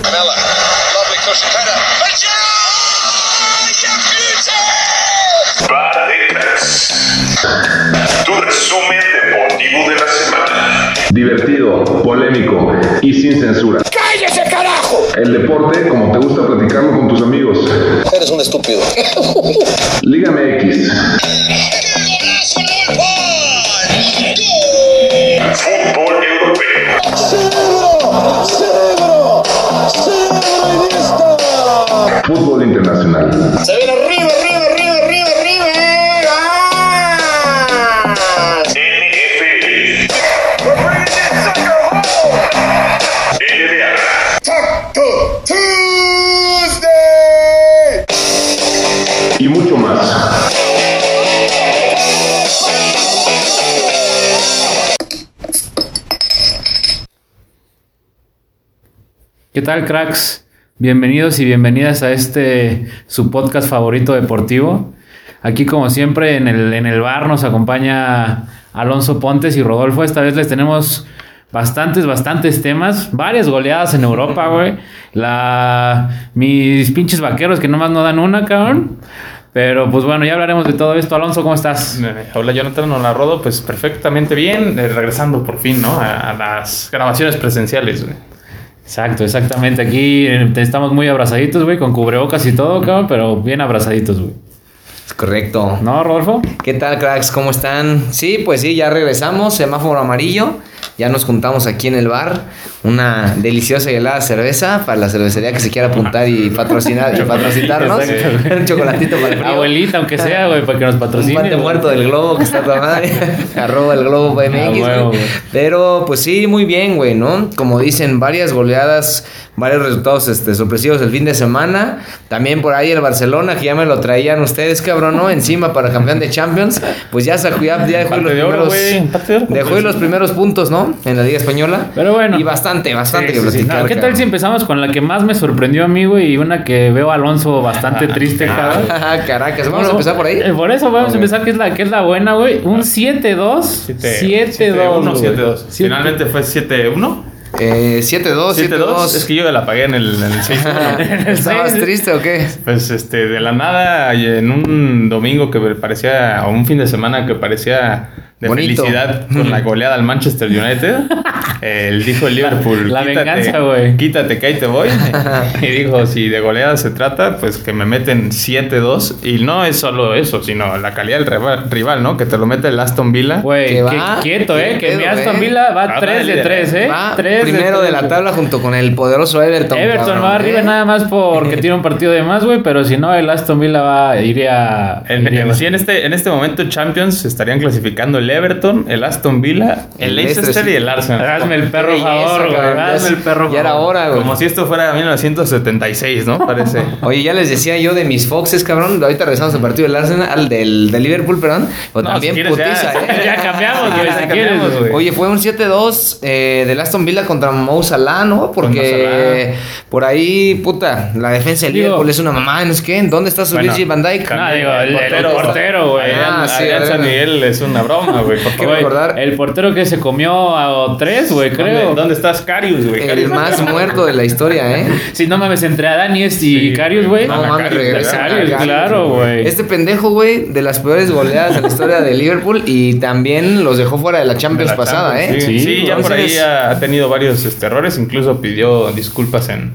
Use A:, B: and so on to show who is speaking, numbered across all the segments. A: Lamella. Lovely cushion header.
B: Tu resumen deportivo de la semana.
C: Divertido, polémico y sin censura. ¡Cállese, carajo! El deporte como te gusta platicarlo con tus amigos.
A: Eres un estúpido.
C: Liga MX.
B: Fútbol europeo.
C: Fútbol internacional.
D: Se viene arriba, arriba, arriba, arriba, arriba. ¡Ah!
B: NFL. NBA.
D: Taco Tuesday.
C: Y mucho más.
E: ¿Qué tal, cracks? Bienvenidos y bienvenidas a este su podcast favorito deportivo. Aquí, como siempre, en el, en el bar nos acompaña Alonso Pontes y Rodolfo. Esta vez les tenemos bastantes, bastantes temas. Varias goleadas en Europa, güey. La, mis pinches vaqueros que nomás no dan una, cabrón. Pero pues bueno, ya hablaremos de todo esto. Alonso, ¿cómo estás?
F: Eh, Hola Jonathan Olarodo, pues perfectamente bien, eh, regresando por fin, ¿no? A, a las grabaciones presenciales, güey.
E: Exacto, exactamente. Aquí eh, estamos muy abrazaditos, güey, con cubrebocas y todo, cabrón, pero bien abrazaditos, güey.
G: Correcto.
E: ¿No, Rodolfo?
G: ¿Qué tal, cracks? ¿Cómo están? Sí, pues sí, ya regresamos, semáforo amarillo. Ya nos juntamos aquí en el bar. Una deliciosa y helada cerveza para la cervecería que se quiera apuntar y patrocinar y patrocinarnos.
E: Exacto, güey.
G: Un chocolatito para el frío.
E: Abuelita, aunque sea, güey, para que nos
G: Un
E: patrocine.
G: pate
E: güey.
G: muerto del globo que está toda madre. Arroba el globo MX.
E: Ah,
G: güey.
E: huevo, güey.
G: Pero pues sí, muy bien, güey, ¿no? Como dicen, varias goleadas, varios resultados este, sorpresivos el fin de semana. También por ahí el Barcelona, que ya me lo traían ustedes, cabrón, ¿no? Encima para campeón de Champions. Pues ya sacó, ya, ya dejó,
F: Empate
G: los
F: de oro,
G: primeros,
F: güey, empate de oro,
G: dejó
F: pues.
G: los primeros puntos, ¿no? En la Liga Española.
E: Pero bueno.
G: Y bastante, bastante
E: Sí,
G: que
E: sí, sí.
G: platicar.
E: No, ¿Qué tal si
G: cabrón.
E: empezamos con la que más me sorprendió a mí, güey, y una que veo a Alonso bastante triste, cabrón?
G: Ah, Caracas, vamos a
E: Bueno,
G: empezar por ahí.
E: eh, por eso vamos
G: Ok.
E: a empezar, que es la, que es la buena, güey. Un 7-2. 7-2.
F: 7-1,
E: güey.
F: 7-2.
E: Siete-
F: Finalmente fue 7-1.
G: Eh, 7-2,
F: 7-2. Es
G: 7-2.
F: que yo la pagué en el, en el 6-1.
G: ¿Estabas
E: Sí, sí.
G: triste o qué?
F: Pues este, de la nada, y en un domingo que parecía, o un fin de semana que parecía de
G: Bonito.
F: felicidad con la goleada al Manchester United, el dijo el Liverpool.
E: La venganza, güey.
F: Quítate que ahí te voy. y dijo, si de goleada se trata, pues que me meten 7-2. Y no es solo eso, sino la calidad del rival, rival, ¿no? Que te lo mete el Aston Villa.
E: Güey,
G: Que
E: que
G: va-
E: quieto,
G: que
E: eh. Que mi
G: pedo,
E: Aston
G: eh.
E: Villa va
F: Va
E: 3 de
F: líder.
E: 3, eh.
G: Va
E: 3
G: primero de,
E: tres,
G: la
E: güey.
G: tabla junto con el poderoso Everton.
E: Everton
G: cabrón,
E: va arriba
G: ¿eh?
E: nada más porque tiene un partido de más, güey, pero si no, el Aston Villa va, iría...
F: En,
E: iría
F: en-
E: más.
F: sí, en este, en este momento Champions estarían clasificando el Everton, el Aston Villa, el
G: El
F: Leicester
G: Leicester.
F: y el Arsenal.
E: Hazme el perro
G: Qué
E: favor,
G: belleza,
E: güey.
G: cabrón.
E: Hazme el perro
G: Ya era
E: favor.
G: hora, güey.
F: Como si esto fuera 1976, ¿no? Parece.
G: Oye, ya les decía yo de mis Foxes, cabrón. Ahorita regresamos al partido del Arsenal, al del, del Liverpool, perdón. O
F: No,
G: también
F: si quieres,
G: putiza,
F: ya-
G: ¿eh?
E: Ya cambiamos, güey,
F: Ya
E: si
F: cambiamos,
E: quieres, güey.
F: güey.
G: Oye, fue un 7-2 eh, del Aston Villa contra Mo Salah, ¿no?
F: Contra
G: Porque por ahí, puta, la defensa del
E: Digo-
G: Liverpool es una mamá, ¿no es qué? ¿Dónde está su
F: Bueno,
G: Virgil van Dijk?
E: No, digo, el, el
F: portero,
E: portero, güey.
G: Ah,
F: Adrián,
G: sí,
F: Adrián
G: Adrián.
F: San Miguel es una broma, güey. por
G: que
F: favor.
E: Güey,
G: recordar-
E: El portero que se comió a tres, güey,
F: ¿Dónde-
E: creo.
F: ¿Dónde, estás, Carius, güey?
G: El
F: Karius.
G: más muerto de la historia, ¿eh?
E: Si no mames, entre Adanis y
F: Sí,
E: Carius,
F: güey.
E: güey.
G: No
F: Ah,
G: mames,
F: Carius,
G: regresa.
E: Carius,
G: Carius,
E: claro, güey.
G: Este pendejo, güey, de las peores goleadas en la historia de Liverpool y también los dejó fuera de la
F: De
G: Champions
F: la
G: pasada,
F: Champions,
G: ¿eh?
F: Sí,
E: Sí,
F: sí, ya por ahí
G: entonces-
F: ha, ha tenido varios este, errores. Incluso pidió disculpas en,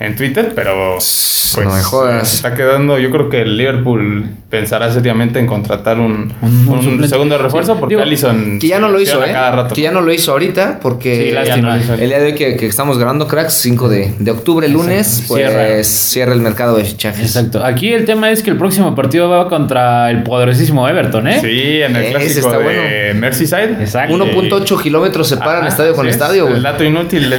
F: en Twitter, pero. Pues,
G: No me jodas.
F: Está quedando. Yo creo que el Liverpool pensará seriamente en contratar un,
E: Un- un
F: un
E: suplente.
F: segundo refuerzo porque
E: Digo,
F: Allison.
G: Que ya no lo hizo,
F: lesiona
G: ¿eh?
F: Cada rato.
G: Que ya no lo hizo ahorita porque
E: Sí,
F: Ya no
E: lástima.
F: lo hizo.
G: el día de hoy que, que estamos grabando, cracks, 5 de, de octubre, lunes, pues
E: Cierra.
G: cierra. el mercado de fichajes.
E: Exacto. Aquí el tema es que el próximo partido va contra el poderosísimo Everton, ¿eh?
F: Sí, en el
G: Ese
F: clásico
G: está
F: de
G: bueno.
F: Merseyside.
E: Exacto.
G: 1.8 kilómetros separan
F: Ajá,
G: estadio con
F: así es.
G: estadio, güey.
F: El dato inútil. del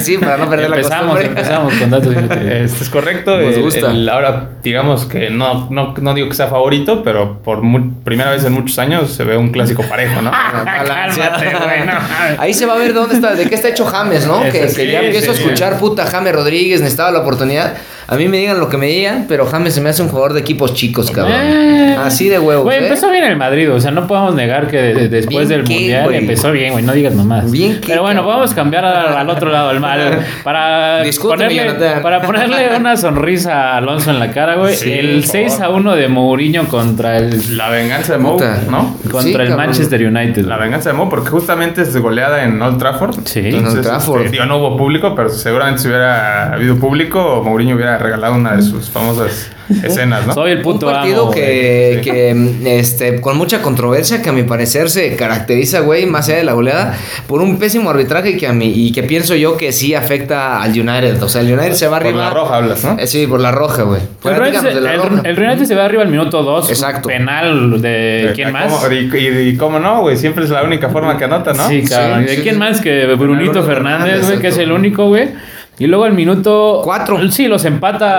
G: sí, para no perder
E: Empezamos,
G: la costumbre.
E: empezamos con datos inútiles.
F: Este es correcto.
G: Nos
F: El-
G: gusta.
F: el- ahora, digamos que no, no, no digo que sea favorito, pero por mu- primera vez en muchos años se ve un clásico parejo, ¿no?
E: Ah,
G: Ah,
E: Cálmate, güey, no mames.
G: Ahí se va a ver de dónde está, de qué está hecho James, ¿no?
E: Ese
G: Que,
E: sí,
G: que ya empiezo a
E: señor.
G: escuchar, puta, James Rodríguez necesitaba la oportunidad. A mí me digan lo que me digan, pero James se me hace un jugador de equipos chicos, cabrón.
E: Eh.
G: Así de huevos,
E: Güey,
G: ¿eh?
E: empezó bien el Madrid, o sea, no podemos negar que de- de- después
G: Bien
E: del
G: qué,
E: Mundial
G: güey.
E: empezó bien, güey, no digas nomás.
G: Bien qué,
E: Pero bueno,
G: cabrón.
E: vamos a cambiar a- al otro lado del mal. Para
G: Discúlpeme,
E: ponerle,
G: Jonathan.
E: para ponerle una sonrisa a Alonso en la cara, güey.
F: Sí,
E: el
F: por
E: 6 a 1 de Mourinho contra el,
F: La venganza de Mo,
G: Puta.
F: ¿no?
E: contra
G: Sí,
E: el
G: cabrón.
E: Manchester United.
F: La
E: güey.
F: venganza de Mo, porque justamente es goleada en Old Trafford.
E: Sí.
F: Entonces,
G: En Old Trafford.
F: este, digo, no hubo público, pero seguramente si hubiera habido público, Mourinho hubiera regalado una de sus famosas escenas, ¿no?
E: Soy el puto
G: un partido
E: amo, güey.
G: que,
F: Sí.
G: que, mm, este, con mucha controversia que a mi parecer se caracteriza, güey, más allá de la goleada, por un pésimo arbitraje que a mí, y que pienso yo que sí afecta al United. O sea, el United se va
F: Por
G: arriba.
F: la roja hablas, ¿no?
G: Eh, sí, por la roja, güey.
E: El Real
G: Platícanos
E: se-
G: de la
E: el-
G: roja.
E: el Real United se va arriba al minuto 2.
G: Exacto.
E: Penal
F: Eh,
E: de Eh, quién más.
F: ¿Cómo? Y, y- y cómo no, güey, siempre es la única forma que anota, ¿no?
E: Sí, cabrón.
G: Sí,
E: ¿Y de
G: sí,
E: quién
G: sí.
E: más que Brunito
G: Bruno
E: Fernández,
G: Fernández,
E: güey? Que es el
G: exacto.
E: único, güey. Y luego al minuto.
G: Cuatro.
E: Sí, los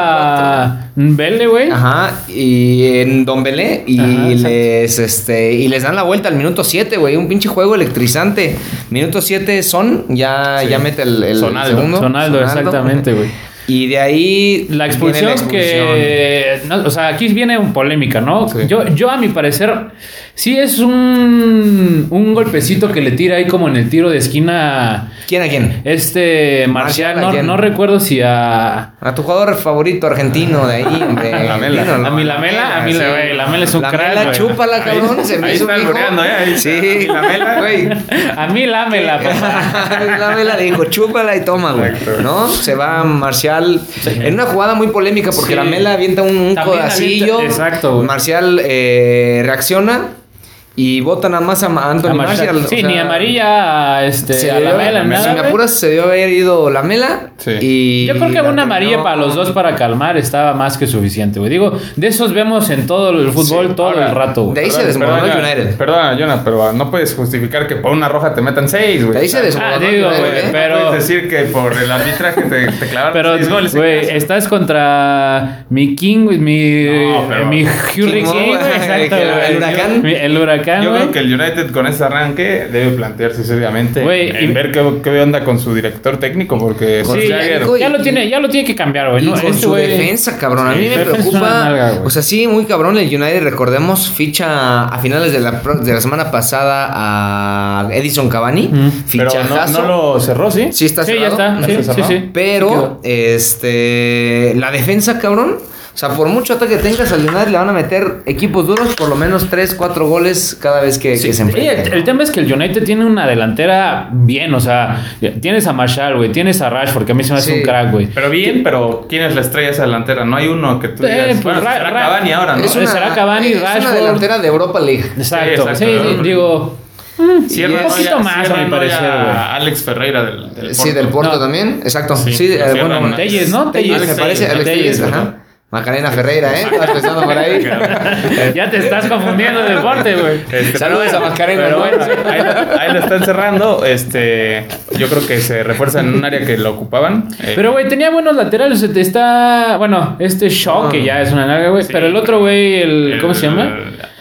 E: empata Vele, güey.
G: Ajá, y en Don Belé, y
E: Ajá, exacto.
G: les este y les dan la vuelta al minuto 7, güey, un pinche juego electrizante. Minuto 7 son, ya,
F: Sí.
G: ya mete el, el
F: Sonaldo.
G: segundo.
E: Sonaldo, exactamente, güey.
G: Y de ahí
E: La
G: viene
E: expulsión, que. no, o sea, aquí viene un polémica, ¿no?
F: Sí.
E: Yo, yo, a mi parecer, sí es un, un golpecito que le tira ahí como en el tiro de esquina.
G: ¿Quién a quién?
E: Este Marcial,
G: Marcial, ¿a
E: no,
G: quién?
E: no recuerdo si a.
G: A tu jugador favorito argentino de ahí, hombre.
F: Lamela.
G: Argentino,
E: A mi Lamela, a mi Lamela, güey, Lamela es un crack,
G: Lamela,
E: güey.
G: chúpala, cabrón. se me
F: ahí
G: hizo
F: está
G: un hijo.
F: albureando, ¿eh? Ahí está.
G: Sí,
F: Lamela.
G: güey.
E: A mí lámela, papá.
G: Lamela le dijo, chúpala y toma, güey.
F: Exacto.
G: ¿No? Se va Marcial en una jugada muy polémica porque
E: Sí.
G: Lamela avienta un, un
E: También
G: codacillo.
E: avienta- exacto, güey.
G: Marcial eh, reacciona y vota nada más a Ma- Anthony
E: A
G: Marcial.
E: Marcial.
G: o
E: Sí,
G: sea,
E: ni amarilla, a, este,
G: se
E: a
G: debió-
E: Lamela,
G: si
E: nada,
G: me
E: güey.
G: apuras, se debió haber ido Lamela.
F: Sí.
G: Y
E: Yo creo que
G: la
E: una amarilla
G: terminó-
E: para los dos para calmar estaba más que suficiente, güey. Digo, de esos vemos en todo el fútbol todo
F: ahora,
E: el rato, güey.
G: de ahí se desmoronó United.
F: Perdona, Jonah, pero no puedes justificar que por una roja te metan seis, güey.
G: De ahí se
F: O sea,
G: desmoronó
E: Ah, digo,
G: United,
E: güey,
G: ¿eh?
E: pero-
F: No puedes decir que por el arbitraje te, te clavaron
E: Pero,
F: seis goles.
E: güey, estás contra mi King, güey, mi,
F: No, pero-
E: mi
G: King,
E: Hurricane, güey,
G: güey,
E: exacto,
G: el
E: güey.
G: huracán.
E: Mi- El huracán,
F: Yo creo que
E: güey.
F: el United con ese arranque debe plantearse seriamente
E: Güey,
F: en
E: y-
F: ver qué, qué onda con su director técnico, porque
G: Con
E: Sí,
G: su
F: Solskjaer-
G: técnico
E: ya lo
G: y-
E: tiene, ya lo tiene que cambiar, güey.
G: Y
E: ¿no?
G: con
E: Este
G: su
E: güey-
G: defensa, cabrón. A
E: Sí,
G: mí me
E: defensa es
G: preocupa.
E: una nalga, güey.
G: o sea, sí, muy cabrón. El United, recordemos, ficha a finales de la, pro- de la semana pasada a Edison Cavani.
F: Pero no,
G: Fichajazo.
F: no lo cerró, ¿sí?
G: Sí, está
E: Sí, ya
G: cerrado.
E: está.
F: ¿No
E: Sí,
F: se
E: sí,
F: cerró?
E: sí.
G: Pero, este. La defensa, cabrón. O sea, por mucho ataque que tengas al United, le van a meter equipos duros, por lo menos 3, 4 goles cada vez que, que se
E: Sí,
G: enfrenten.
E: el, el tema es que el United tiene una delantera bien, o sea, tienes a Marshall, güey, tienes a Rashford, que a mí se me hace
G: Sí.
E: un crack, güey.
F: Pero bien, pero ¿quién es la estrella esa delantera? No hay uno que tú
E: Eh,
F: digas.
E: pues,
F: bueno,
E: Ra-
F: será
E: Ra-
F: Cavani ahora, ¿no?
E: Es una- Será Cavani,
G: es una
E: Rashford.
G: delantera de Europa League.
E: Exacto, sí,
F: Sí, exacto.
E: digo,
F: Cierra,
G: un
F: ¿no?
E: poquito
F: Ya-
E: más, a mi
F: cierra, ¿no?
E: parecer,
F: Ya
E: güey.
F: Alex Ferreira del, del
G: Sí, del Porto
E: No.
G: también. Exacto.
F: Sí,
G: Sí,
F: lo
G: eh,
F: cierran,
G: bueno,
F: ¿no?
E: Telles, ¿no?
F: Telles,
G: Alex, me
E: Telles,
G: parece, Alex Telles,
E: güey.
G: ajá. Macarena Ferreira, ¿eh? Estás pensando por ahí. Eh,
E: Ya te estás confundiendo de deporte, güey.
F: Este,
G: Saludos
F: pero-
G: a Mascarena,
F: Pero
G: ¿no?
F: bueno, ahí, lo- ahí lo están cerrando. Este, yo creo que se refuerza en un área que lo ocupaban. Eh,
E: Pero, güey, tenía buenos laterales. este, Está. Bueno, este Shaw,
G: Ah.
E: que ya es una larga, güey.
F: Sí.
E: Pero el otro, güey, el.
F: El-
E: ¿Cómo se llama?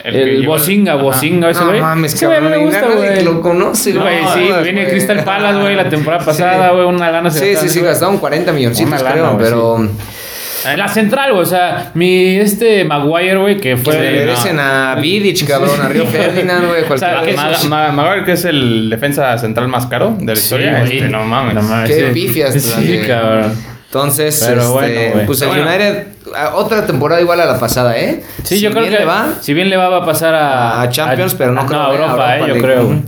F: el que
E: El
F: lleva-
E: Bosinga,
F: Ajá.
E: Bosinga, ese
G: No
E: güey.
G: mames,
E: Ese güey a mí me
G: cabrón. y
E: gusta,
G: nadie
E: güey.
G: lo conoce,
E: Güey, sí,
G: Jodas,
E: viene
G: güey.
E: Crystal Palace, güey, la temporada pasada, güey, una lana se
G: Sí, sí,
E: gastaron,
G: sí,
E: güey.
G: gastaron 40 milloncitos,
E: Una lana,
G: creo,
E: güey,
G: pero
E: La central, güey, o sea, mi este Maguire, güey, que
G: que
E: fue.
G: se regresen a Vidic, cabrón, a Río Ferdinand, güey,
E: O sea,
G: cualquiera
E: que
G: de
E: es-
G: esos.
F: Ma- Ma- Maguire, que es el defensa central más caro de la
E: Sí,
F: historia.
E: güey.
F: este, no mames.
E: No mames.
G: Qué pifias,
E: Sí,
G: güey.
E: cabrón.
G: Entonces,
E: Pero
G: este,
E: bueno, güey.
G: pues el
F: Bueno.
G: United, a- otra temporada igual a la pasada, ¿eh?
E: Sí,
G: Si
E: yo creo
G: bien
E: que
G: le va,
E: si bien le va, va a pasar a,
G: A Champions, pero no creo,
E: a
G: eh,
E: Europa,
G: a
E: eh,
G: Europa
E: yo
G: League.
E: creo. güey.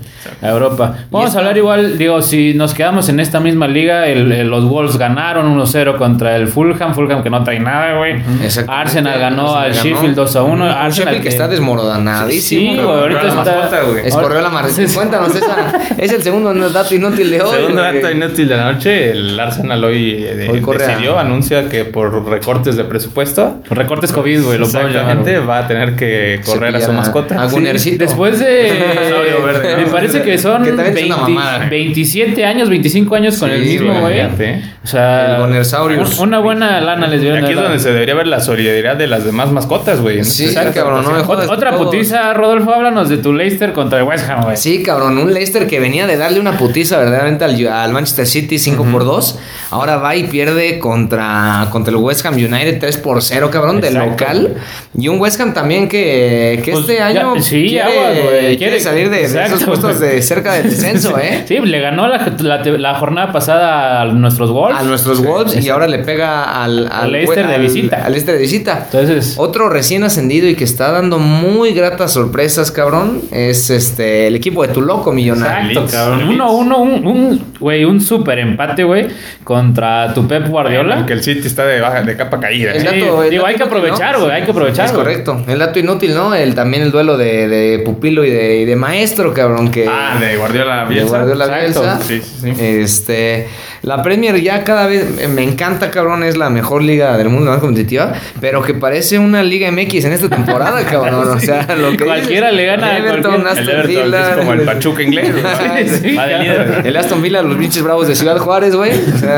E: A Europa. Vamos a hablar igual, digo, si nos quedamos en esta misma liga, el- el- los Wolves ganaron 1-0 contra el Fulham, Fulham que no trae nada, güey.
G: Exactamente.
E: Arsenal ganó al
G: Arsenal
E: Sheffield 2-1.
G: Un
E: Arsenal
G: Sheffield que está
E: Sí,
G: desmoronadísimo.
E: güey,
G: cabrón.
E: ahorita
F: la mascota,
E: está
F: güey.
G: Escorrió la mar.
E: Sí, sí.
G: Cuéntanos esa. Es el segundo dato inútil de hoy.
F: Segundo
G: güey.
F: dato inútil de la noche, el Arsenal hoy, eh, de-
G: Hoy corre a-
F: decidió, anuncia que por recortes de presupuesto,
E: Recortes COVID, güey, lo puedo llamar.
F: exactamente
E: güey.
F: va a tener que correr a su
G: Cepillar a-
F: mascota.
G: a Gunercito.
E: Después de.
F: Dinosaurio verde, ¿no?
E: Me parece hace que son
G: que también es una
E: 20
G: mamada, güey.
E: 27 años, 25 años con
G: Sí,
E: el mismo,
G: güey,
E: güey.
F: fíjate, eh.
E: O sea,
G: El Gonersaurus.
E: un- una buena lana les dieron.
F: Aquí es
E: de
F: donde
E: lana.
F: se debería ver la solidaridad de las demás mascotas, güey. ¿no?
G: Sí,
F: Exacto.
G: cabrón, no me
E: Ot-
G: jodas.
E: Otra
G: todos.
E: putiza, Rodolfo, háblanos de tu Leicester contra el West Ham, güey.
G: Sí, cabrón, un Leicester que venía de darle una putiza verdaderamente al, al Manchester City 5 por 2. Ahora va y pierde contra, contra el West Ham United 3 por 0, cabrón, de
E: Exacto.
G: local. Y un West Ham también que, que
E: Pues
G: este
E: ya-
G: año
E: sí,
G: quiere,
E: aguas, güey,
G: quiere
E: quiere-
G: salir de, de esos
E: exacto,
G: puestos
E: güey.
G: de cerca del descenso, ¿eh?
E: Sí, le ganó la, la- la jornada pasada a nuestros Wolves.
G: A nuestros Wolves y ahora le pega al,
E: Al Leicester de
G: al-
E: visita.
G: Al Leicester de visita.
E: Entonces,
G: Otro recién ascendido y que está dando muy gratas sorpresas, cabrón, es este el equipo de tu loco millonario.
E: exacto,
F: Leeds,
E: cabrón.
F: el
E: Uno,
F: Leeds.
E: uno, un, un, güey, un super empate, güey, contra tu Pep Guardiola.
F: Que el City está de, baja, de capa caída.
G: El
E: Sí,
F: ¿eh?
G: dato- el
E: digo,
G: dato
E: hay que
G: inútil,
E: aprovechar,
G: ¿no?
E: güey, hay que aprovechar.
G: Es
E: güey.
G: correcto. El dato inútil, ¿no? El, también el duelo de, de pupilo y de, y de maestro, cabrón, que
F: Ah, de Guardiola
G: de
F: Bielsa.
G: Guardiola
F: Exacto.
G: Bielsa.
F: Sí, sí, sí.
G: Este, la Premier ya cada vez eh, me encanta, cabrón, es la mejor liga del mundo, la más competitiva, pero que parece una liga MX en esta temporada, cabrón. O sea, lo que
E: Cualquiera le gana a
G: Everton,
E: cualquiera.
G: Aston
F: el Everton
G: Villa,
F: es como el Pachuca inglés. güey.
G: Ay, sí,
F: Va de líder.
G: El Aston Villa, los pinches bravos de Ciudad Juárez, güey. O sea,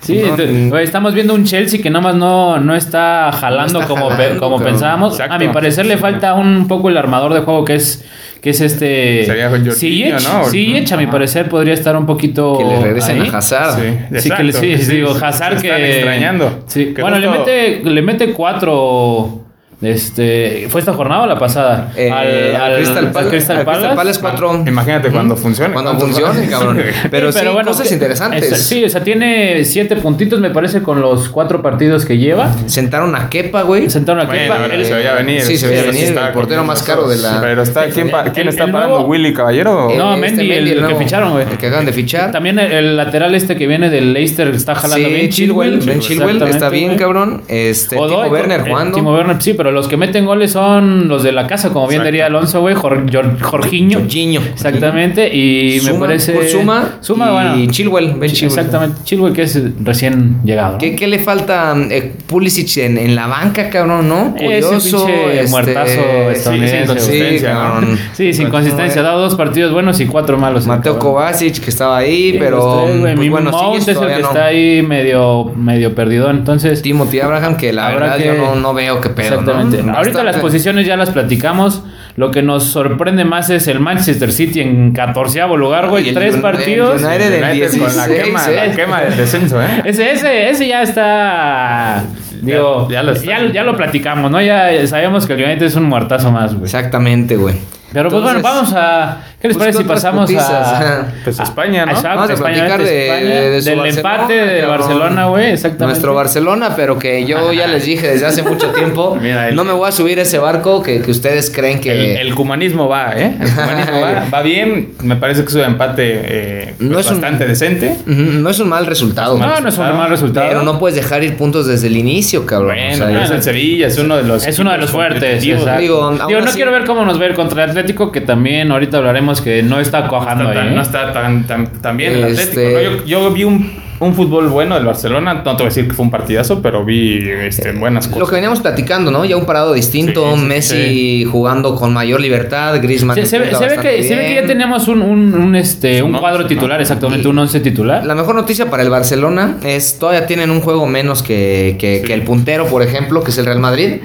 E: Sí,
G: no,
E: ent- güey, estamos viendo un Chelsea que nada más no, no está jalando
G: No está
E: como, pe-
G: jalando,
E: como
G: cabrón.
E: pensábamos.
F: Exacto.
E: A mi parecer le falta un poco el armador de juego que es que es este
F: Sería con Jorginho,
E: Ziyech,
F: ¿no?
E: Ziyech, a mi
F: Ajá.
E: parecer podría estar un poquito
G: que le regresen
E: ahí.
G: a Hazard.
F: Sí,
E: Sí, que le, sí,
F: exacto.
E: sí, digo,
F: se-
E: Hazard
F: se
E: que
F: están extrañando.
E: Sí.
F: Que
E: Bueno, le
F: justo-
E: mete le mete cuatro este, ¿fue esta jornada o la pasada?
G: Eh, al, Crystal Palace.
E: Crystal
G: al
E: Palace.
G: Palace 4
F: Ah, Imagínate cuando funcione.
G: cuando funcione, cabrón. Pero sí, cosas
E: que-
G: interesantes.
E: esa- sí, o sea, tiene siete puntitos, me parece, con los cuatro partidos que lleva.
G: Sentaron a Kepa, güey.
E: Sentaron aquí.
F: Bueno, pero
E: el-
F: se veía venir.
G: Sí, se veía venir,
F: está
G: el portero
F: con
G: más
F: nosotros.
G: caro de la-
F: Pero está, ¿quién, pa- quién
E: El-
F: está
E: el
F: parando?
E: nuevo-
F: ¿Willy Caballero?
E: No, Mendy, el que
G: Eh, este nuevo,
E: ficharon, güey.
G: El que acaban de fichar.
E: También el, el lateral este que viene del Leicester está jalando
G: Sí,
E: bien.
G: Chilwell. Ben Chilwell está bien,
E: exactamente,
G: cabrón. Este,
E: Godoy,
G: Timo Werner
E: eh,
G: jugando.
E: Timo Werner, sí, pero los que meten goles son los de la casa, como bien
F: Exacto.
E: diría Alonso, güey. Jor- Jor- Jorginho.
G: Jorginho.
E: Exactamente. Y me
G: Suma,
E: parece.
G: Suma,
E: Suma,
G: y
E: bueno.
G: Chilwell, Ben Chilwell.
E: Exactamente. Chilwell que es recién llegado. ¿no?
G: ¿Qué, qué le falta eh, Pulisic en, en la banca, cabrón, no?
E: Ese
G: Curioso. este,
E: pinche muertazo estadounidense,
G: sí,
F: güey.
G: cabrón.
E: Sí, sin consistencia. Ha dado dos partidos buenos y cuatro malos.
G: Mateo
E: Cabrón.
G: Kovacic, que estaba
E: Sí,
G: ahí,
E: los
G: pero
E: tres, güey.
G: pues,
E: Mi
G: bueno,
E: Mount
G: sí,
E: es el
G: todavía
E: que
G: no.
E: está ahí medio, medio perdido. Entonces,
G: Timothy Abraham, que la
E: Habrá
G: verdad
E: que-
G: yo no, no veo qué pedo, ¿no?
E: exactamente. Ahorita
G: Bastante-
E: las posiciones ya las platicamos. Lo que nos sorprende más es el Manchester City en 14 lugar,
G: Y
E: güey.
G: el
E: Tres
G: Uni-
E: partidos.
G: el United en
F: United con la
G: 16,
F: quema, la
G: ¿eh?
F: quema del descenso, ¿eh?
E: Ese, ese, ese ya está. Digo,
F: Ya- ya
E: ya,
F: lo
E: lo
F: está.
E: ya lo platicamos, ¿no? Ya sabemos que el United es un muertazo más, güey.
G: Exactamente, güey.
E: Pero pues bueno, vamos
G: Entonces,
E: a. ¿Qué les
G: pues,
E: parece si
G: ¿qué otras
E: pasamos
G: putizas?
E: a.
F: Pues España, ¿no?
E: Exacto,
G: Vamos a
E: España,
G: platicar
E: España,
G: de- de- de su
E: del
G: Barcelona,
E: empate del
G: cabrón.
E: Barcelona, güey, exactamente.
G: Nuestro Barcelona, pero que yo ya les dije desde hace mucho tiempo,
F: Mira, el-
G: no me voy a subir a ese barco que, que ustedes creen que...
F: El, el cumanismo va, ¿eh? El cumanismo va, va bien. Me parece que su empate eh, pues,
G: No es un-
F: bastante decente.
G: Ujú, No es un mal resultado.
E: No, no es un mal resultado.
G: Pero no puedes dejar ir puntos desde el inicio, cabrón.
F: Bueno,
G: O sea,
F: pero es el Sevilla, es uno de los.
E: es uno de los fuertes.
F: competitivos.
E: exacto.
G: Digo,
E: Digo,
G: aún
E: no
G: así-
E: quiero ver cómo nos ve el contra el Atlético, que también ahorita hablaremos que no está
F: No
E: cojando
F: está
E: ahí.
F: tan,
E: ¿eh?
F: no está tan, tan- tan bien el Atlético.
G: Este-
F: ¿no? Yo, yo vi un, un fútbol bueno del Barcelona. No te voy a decir que fue un partidazo, pero vi este, buenas
G: Eh, Lo que
F: cosas.
G: veníamos platicando, ¿no? Ya un parado distinto,
F: Sí, sí,
G: Messi jugando con mayor libertad, Griezmann.
E: Se, se ve,
G: está
E: se ve
G: bastante
E: que, se ve que
G: bien.
E: ya tenemos un, un, un, este, un
F: once,
E: cuadro
F: ¿no?
E: titular, exactamente,
G: Y-
E: un once titular.
G: La mejor noticia para el Barcelona es todavía tienen un juego menos que, que- que el puntero, por ejemplo, que es el Real Madrid,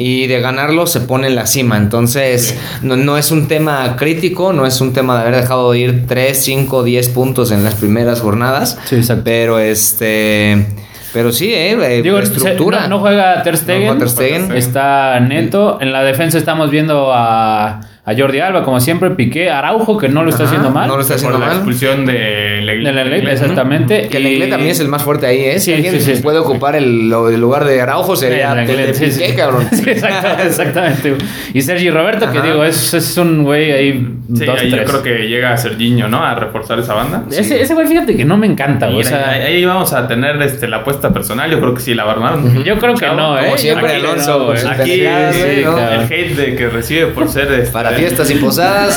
G: y de ganarlo se pone en la cima. Entonces, no, no es un tema crítico, no es un tema de haber dejado de ir 3, 5, 10 puntos en las primeras jornadas.
E: Sí, exacto.
G: Pero este. Pero sí, eh, eh,
E: Digo,
G: estructura.
E: se- no, no juega Ter
G: No
E: Stegen,
G: juega Ter Stegen.
E: Está Neto. En la defensa estamos viendo a, a Jordi Alba, como siempre, Piqué, Araujo, que no lo está
G: Ajá,
E: haciendo mal.
G: No lo está haciendo
F: Por la
G: mal.
F: expulsión de Leguía.
E: De la ley, exactamente.
G: Que el inglés también es el más fuerte ahí, ¿eh? Si
E: Sí,
G: alguien
E: sí, sí.
G: puede ocupar el, lo- el lugar de Araujo sería
E: el
G: Pepe
E: inglés, sí, sí.
G: Piqué, cabrón.
E: Sí, exacto, exactamente. Y Sergi Roberto, que
G: Ajá.
E: digo, es, es un güey ahí.
F: Sí,
E: dos,
F: ahí yo
E: tres.
F: creo que llega Serginho, ¿no? A reforzar esa banda.
E: Ese, ese güey, fíjate que no me encanta, güey. O
F: Mira,
E: sea,
F: ahí, ahí vamos a tener este, la apuesta personal. Yo creo que sí la armaron.
E: yo creo que
F: Chavo,
E: no, ¿eh?
G: como
E: Yo
G: siempre,
E: creo que
G: Alonso, pues,
E: no,
G: con
E: güey.
G: su
E: Aquí,
G: pendejadas,
F: Aquí
E: sí,
G: güey, ¿no?
E: cabrón.
F: el hate de que recibe por ser este,
G: Para
F: de
G: fiestas y posadas,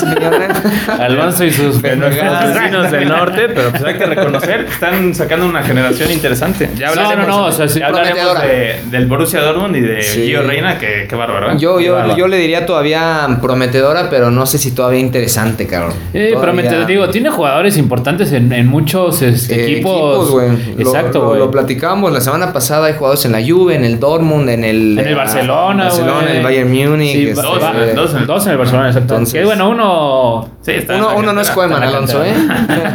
G: señora.
E: Alonso y sus
F: De nuestros vecinos del norte, pero pues hay que reconocer que están sacando una generación interesante. Ya
E: No,
F: hablaremos,
E: no, no, o sea, sí
F: ya hablaremos
G: prometedora.
F: de- del Borussia Dortmund y de
G: Sí.
F: Gio Reina, que, que bárbaro. ¿eh?
G: Yo,
F: Qué
G: yo,
F: bárbaro.
G: yo le diría todavía prometedora, pero no sé si todavía interesante, cabrón.
E: Eh, pero me te
G: Todavía-
E: digo, tiene jugadores importantes en, en muchos este,
G: Eh,
E: equipos.
G: güey. Lo-
E: Exacto,
G: lo,
E: güey.
G: lo platicamos la semana pasada. Hay jugadores en la Juve, en el Dortmund, en
E: en
G: el.
E: el
G: eh,
E: Barcelona,
G: Barcelona,
E: güey.
G: el Bayern Múnich.
E: Sí,
G: este,
E: dos,
F: eh,
E: dos, en- dos en el Barcelona, exacto.
G: Entonces-
E: que bueno, uno.
F: Sí, está en la
G: Uno, uno no es
F: cantera,
G: Cueman,
E: está
G: Alonso,
E: en
G: ¿eh?
E: la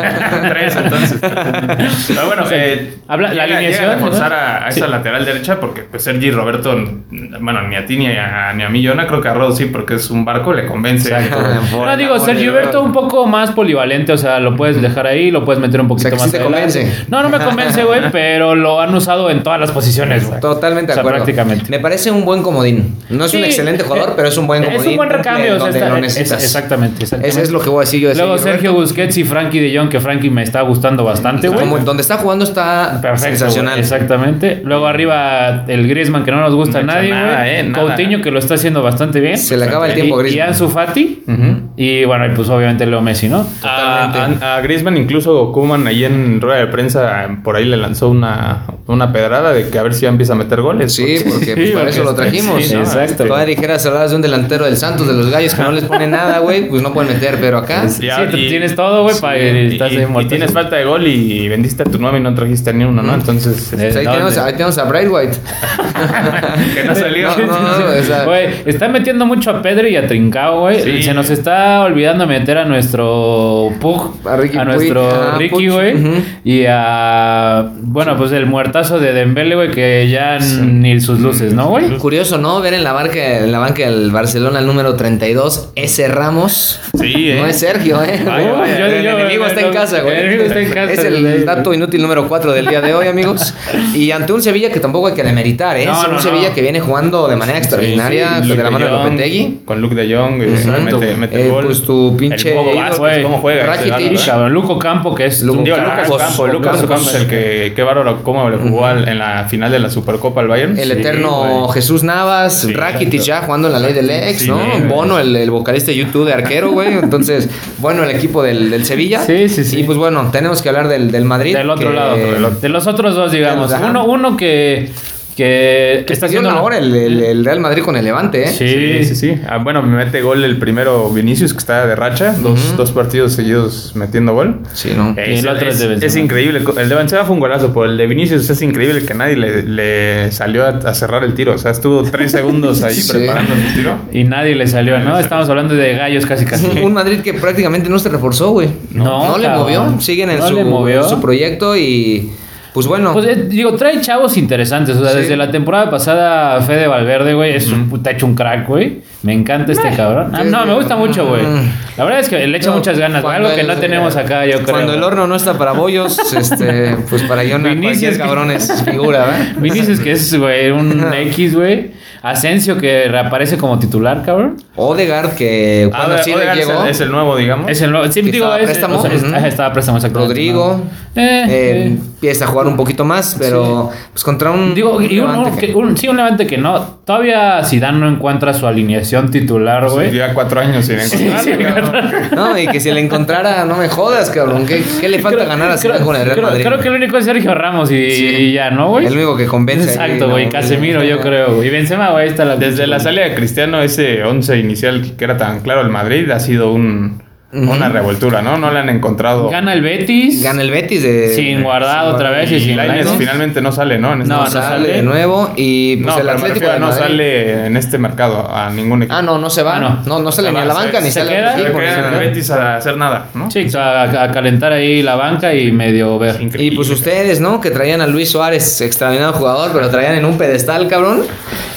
F: Tres, entonces. Pero bueno,
E: Sí.
F: eh,
E: Habla- la
F: llega- llega
E: alineación,
F: a reforzar
E: ¿no?
F: a, a
E: Sí.
F: esa lateral derecha porque pues, Sergi Roberto, mm, bueno, ni a ti ni a, ni a mí, yo no creo que a Rod sí, porque es un barco, le convence.
E: No, digo, Sergio Berto un poco más polivalente, o sea, lo puedes dejar ahí, lo puedes meter un poquito
G: O sea, que
E: más
G: sí te
E: adelante.
G: convence.
E: No, no me convence, güey, pero lo han usado en todas las posiciones, güey.
G: Totalmente
E: O
G: de
E: sea,
G: acuerdo.
E: Prácticamente.
G: Me parece un buen comodín. No es un
E: Sí,
G: excelente jugador,
E: eh,
G: pero es un buen comodín.
E: Es un buen
G: cumple
E: recambio, o sea,
G: donde
E: está-
G: lo
E: es-
G: necesitas.
E: exactamente, exactamente.
G: Ese es lo que voy a decir yo. de
E: Luego Sergio
G: Roberto.
E: Busquets y Frankie de Jong, que Frankie me está gustando bastante, güey.
G: Como donde está jugando está
E: Perfecto,
G: sensacional.
E: güey, exactamente. Luego arriba el Griezmann que no nos gusta
F: No
E: a
F: ha
E: nadie,
F: hecho nada,
E: güey.
F: eh, nada.
E: Coutinho que lo está haciendo bastante bien.
G: Se le acaba el
E: Y-
G: tiempo,
E: Y
G: Griezmann.
E: Ansu Fati.
G: Ujú.
E: Y bueno, y pues obviamente Leo Messi, ¿no?
G: Totalmente.
F: Ah, A, a, a Griezmann incluso Koeman ahí en rueda de prensa por ahí le lanzó una, una pedrada de que a ver si ya empieza a meter goles.
G: Sí, porque pues,
E: Sí,
G: para
E: porque
G: eso lo
E: está-
G: trajimos.
E: sí,
G: ¿no? este,
E: exacto.
G: Todavía dijeras habladas de un delantero del Santos, de los gallos, que no les pone nada, güey, pues no pueden meter, pero acá.
E: Sí, tienes todo, güey, para-
F: y,
E: estás
F: y-
E: ahí
F: y
E: muerto.
F: tienes falta de gol y vendiste a tu nueve y no trajiste ni uno, ¿no? Entonces, este,
E: Eh,
G: pues, ahí,
E: ¿dónde?
G: tenemos, ahí tenemos a Bright White.
F: que no salió.
G: No, no, no, o sea,
E: Güey, está metiendo mucho a Pedro y a Trincao, güey.
F: Sí.
E: Se nos está olvidando meter a nuestro Pug,
G: A
E: a,
G: Ricky Puig,
E: nuestro
G: ah,
E: Ricky,
G: Puch,
E: güey.
G: ujú.
E: Y a. Bueno, pues el muertazo de Dembele, güey, que ya ni sus luces, ¿no, güey?
G: Curioso, ¿no? Ver en la, barca, en la banca del Barcelona el número 32, ese Ramos.
F: Sí, eh.
G: No es Sergio, ¿eh?
F: Vaya,
G: Uy,
F: vaya,
G: el
E: yo-
G: enemigo está
E: yo-
G: en casa, güey.
E: el enemigo está en casa,
G: Es el
E: güey.
G: dato inútil número 4 del día de hoy, amigos. Y ante un Sevilla que tampoco hay que demeritar, ¿eh?
E: No,
G: es un
E: no, no.
G: Sevilla que viene jugando de manera extraordinaria
F: Luke
G: de la mano de
F: Jong,
G: Lopetegui.
F: Con Luke de Jong, eh,
G: Exacto.
F: mete, mete
G: Eh,
F: gol.
G: pues tu pinche
F: El Bobo
G: ídolo,
F: Vázquez,
E: güey.
F: ¿Cómo juega? ese
G: Rakitic.
E: Y
F: vato, eh?
E: cabrón, Luco Campo, que es. un
F: Digo, Lucas
E: carajo.
F: Campos, Lucas
G: Campos.
F: Campos, el que qué bárbaro cómo le jugó al- en la final de la Supercopa al Bayern.
G: El
F: Sí,
G: eterno
F: güey.
G: Jesús Navas,
F: Sí,
G: Rakitic
F: exacto.
G: ya jugando en la ley del ex,
F: Sí,
G: ¿no?
F: güey.
G: Bono, el, el vocalista de YouTube de arquero, güey. Entonces, bueno, el equipo del, del Sevilla.
E: Sí, sí, sí.
G: Y pues bueno, tenemos que hablar del, del Madrid.
E: Del otro
G: que-
E: lado, de los otros dos, digamos.
G: Ajá.
E: Uno, uno que. Que
G: Que está
E: está haciendo.
G: haciendo ahora el, el- el Real Madrid con el Levante, ¿eh?
E: Sí,
F: Sí, sí, sí. Ah, bueno, me mete gol el primero Vinicius, que está de racha. Dos, dos partidos seguidos metiendo gol.
G: Sí, ¿no?
F: Eh,
E: Y el otro es de Benzema.
F: es increíble. El de Benzema fue un golazo, pero el de Vinicius es increíble que nadie le, le salió a, a cerrar el tiro. O sea, estuvo tres segundos ahí
G: Sí.
F: preparando el tiro.
E: Y nadie le salió, ¿no? Estamos hablando de gallos casi casi.
G: Un Madrid que prácticamente no se reforzó, güey.
E: No,
G: le
E: cabrón.
G: movió. Siguen en,
E: No
G: su,
E: le movió.
G: en su proyecto y. Pues bueno.
E: Pues eh, digo, trae chavos interesantes. O sea,
G: Sí.
E: desde la temporada pasada, Fede Valverde, güey, es un puta hecho un crack, güey. Me encanta este cabrón. Ah, no, me gusta mucho, güey.
G: Mm.
E: La verdad es que le echa
G: No,
E: muchas ganas, güey.
G: cuando
E: Algo que
G: el- eh,
E: no tenemos acá, yo creo.
G: Cuando el horno no está para bollos, este, pues para yo no
E: Vinicius,
G: cualquier cabrón es figura, ¿verdad?
E: Vinicius, que es, güey, un X, güey. Asensio, que reaparece como titular, cabrón.
G: Odegaard, que cuando
F: Ode-
G: sí le
F: Odegaard es el-
G: llegó.
F: es el nuevo, digamos.
E: Es el nuevo. Sí,
G: Que
E: digo,
G: estaba
E: es-
G: préstamo,
E: o sea, es-
G: ujú.
E: ajá, estaba préstamo, exactamente.
G: Rodrigo.
E: ¿no? Eh,
G: eh,
E: eh.
G: Empieza a jugar un poquito más, pero pues contra un.
E: Digo, y un,
G: Levante
E: que- un- sí, un levante que no. Todavía Zidane no encuentra su alineación titular, güey.
F: Lleva cuatro años sin encontrar.
G: No, y que si le encontrara, no me jodas, cabrón. ¿Qué, qué le falta ganar a Zidane con el Real
E: creo-
G: Madrid?
E: creo que el único es Sergio Ramos y,
G: Sí.
E: y ya, ¿no, güey?
G: El único que convence. ahí,
E: Exacto,
G: ¿no?
E: güey. Casemiro, yo creo. güey. Y Benzema, güey, ahí está la.
F: Desde la salida de Cristiano, ese 11 inicial que era tan claro el Madrid, ha sido un- una revoltura, ¿no? No le han encontrado.
E: Gana el Betis.
G: Gana el Betis de.
E: Sin guardado otra vez y
F: y
E: sin
F: Lainez
E: Lainez.
F: finalmente no sale, ¿no? En este
E: No,
G: No,
E: no
F: momento.
G: sale,
E: sale.
G: de nuevo. Y pues
F: No,
G: el
F: pero me
G: Atlético
F: refiero a
G: de
F: no
G: Madrid-
F: sale en este mercado a ningún equipo.
G: Ah, no, no se va.
E: Ah, no.
G: no. no, sale
F: Se
G: ni a
F: va,
G: la banca
F: se-
G: ni
E: se
G: sale
E: queda, pues,
G: al
F: Se
G: equipo. ni
F: queda en
G: nada.
F: el Betis a hacer nada, ¿no?
E: Sí, a, a calentar ahí la banca y medio ver.
G: Y pues ustedes, ¿no? Que traían a Luis Suárez, extraordinario jugador, pero traían en un pedestal, cabrón.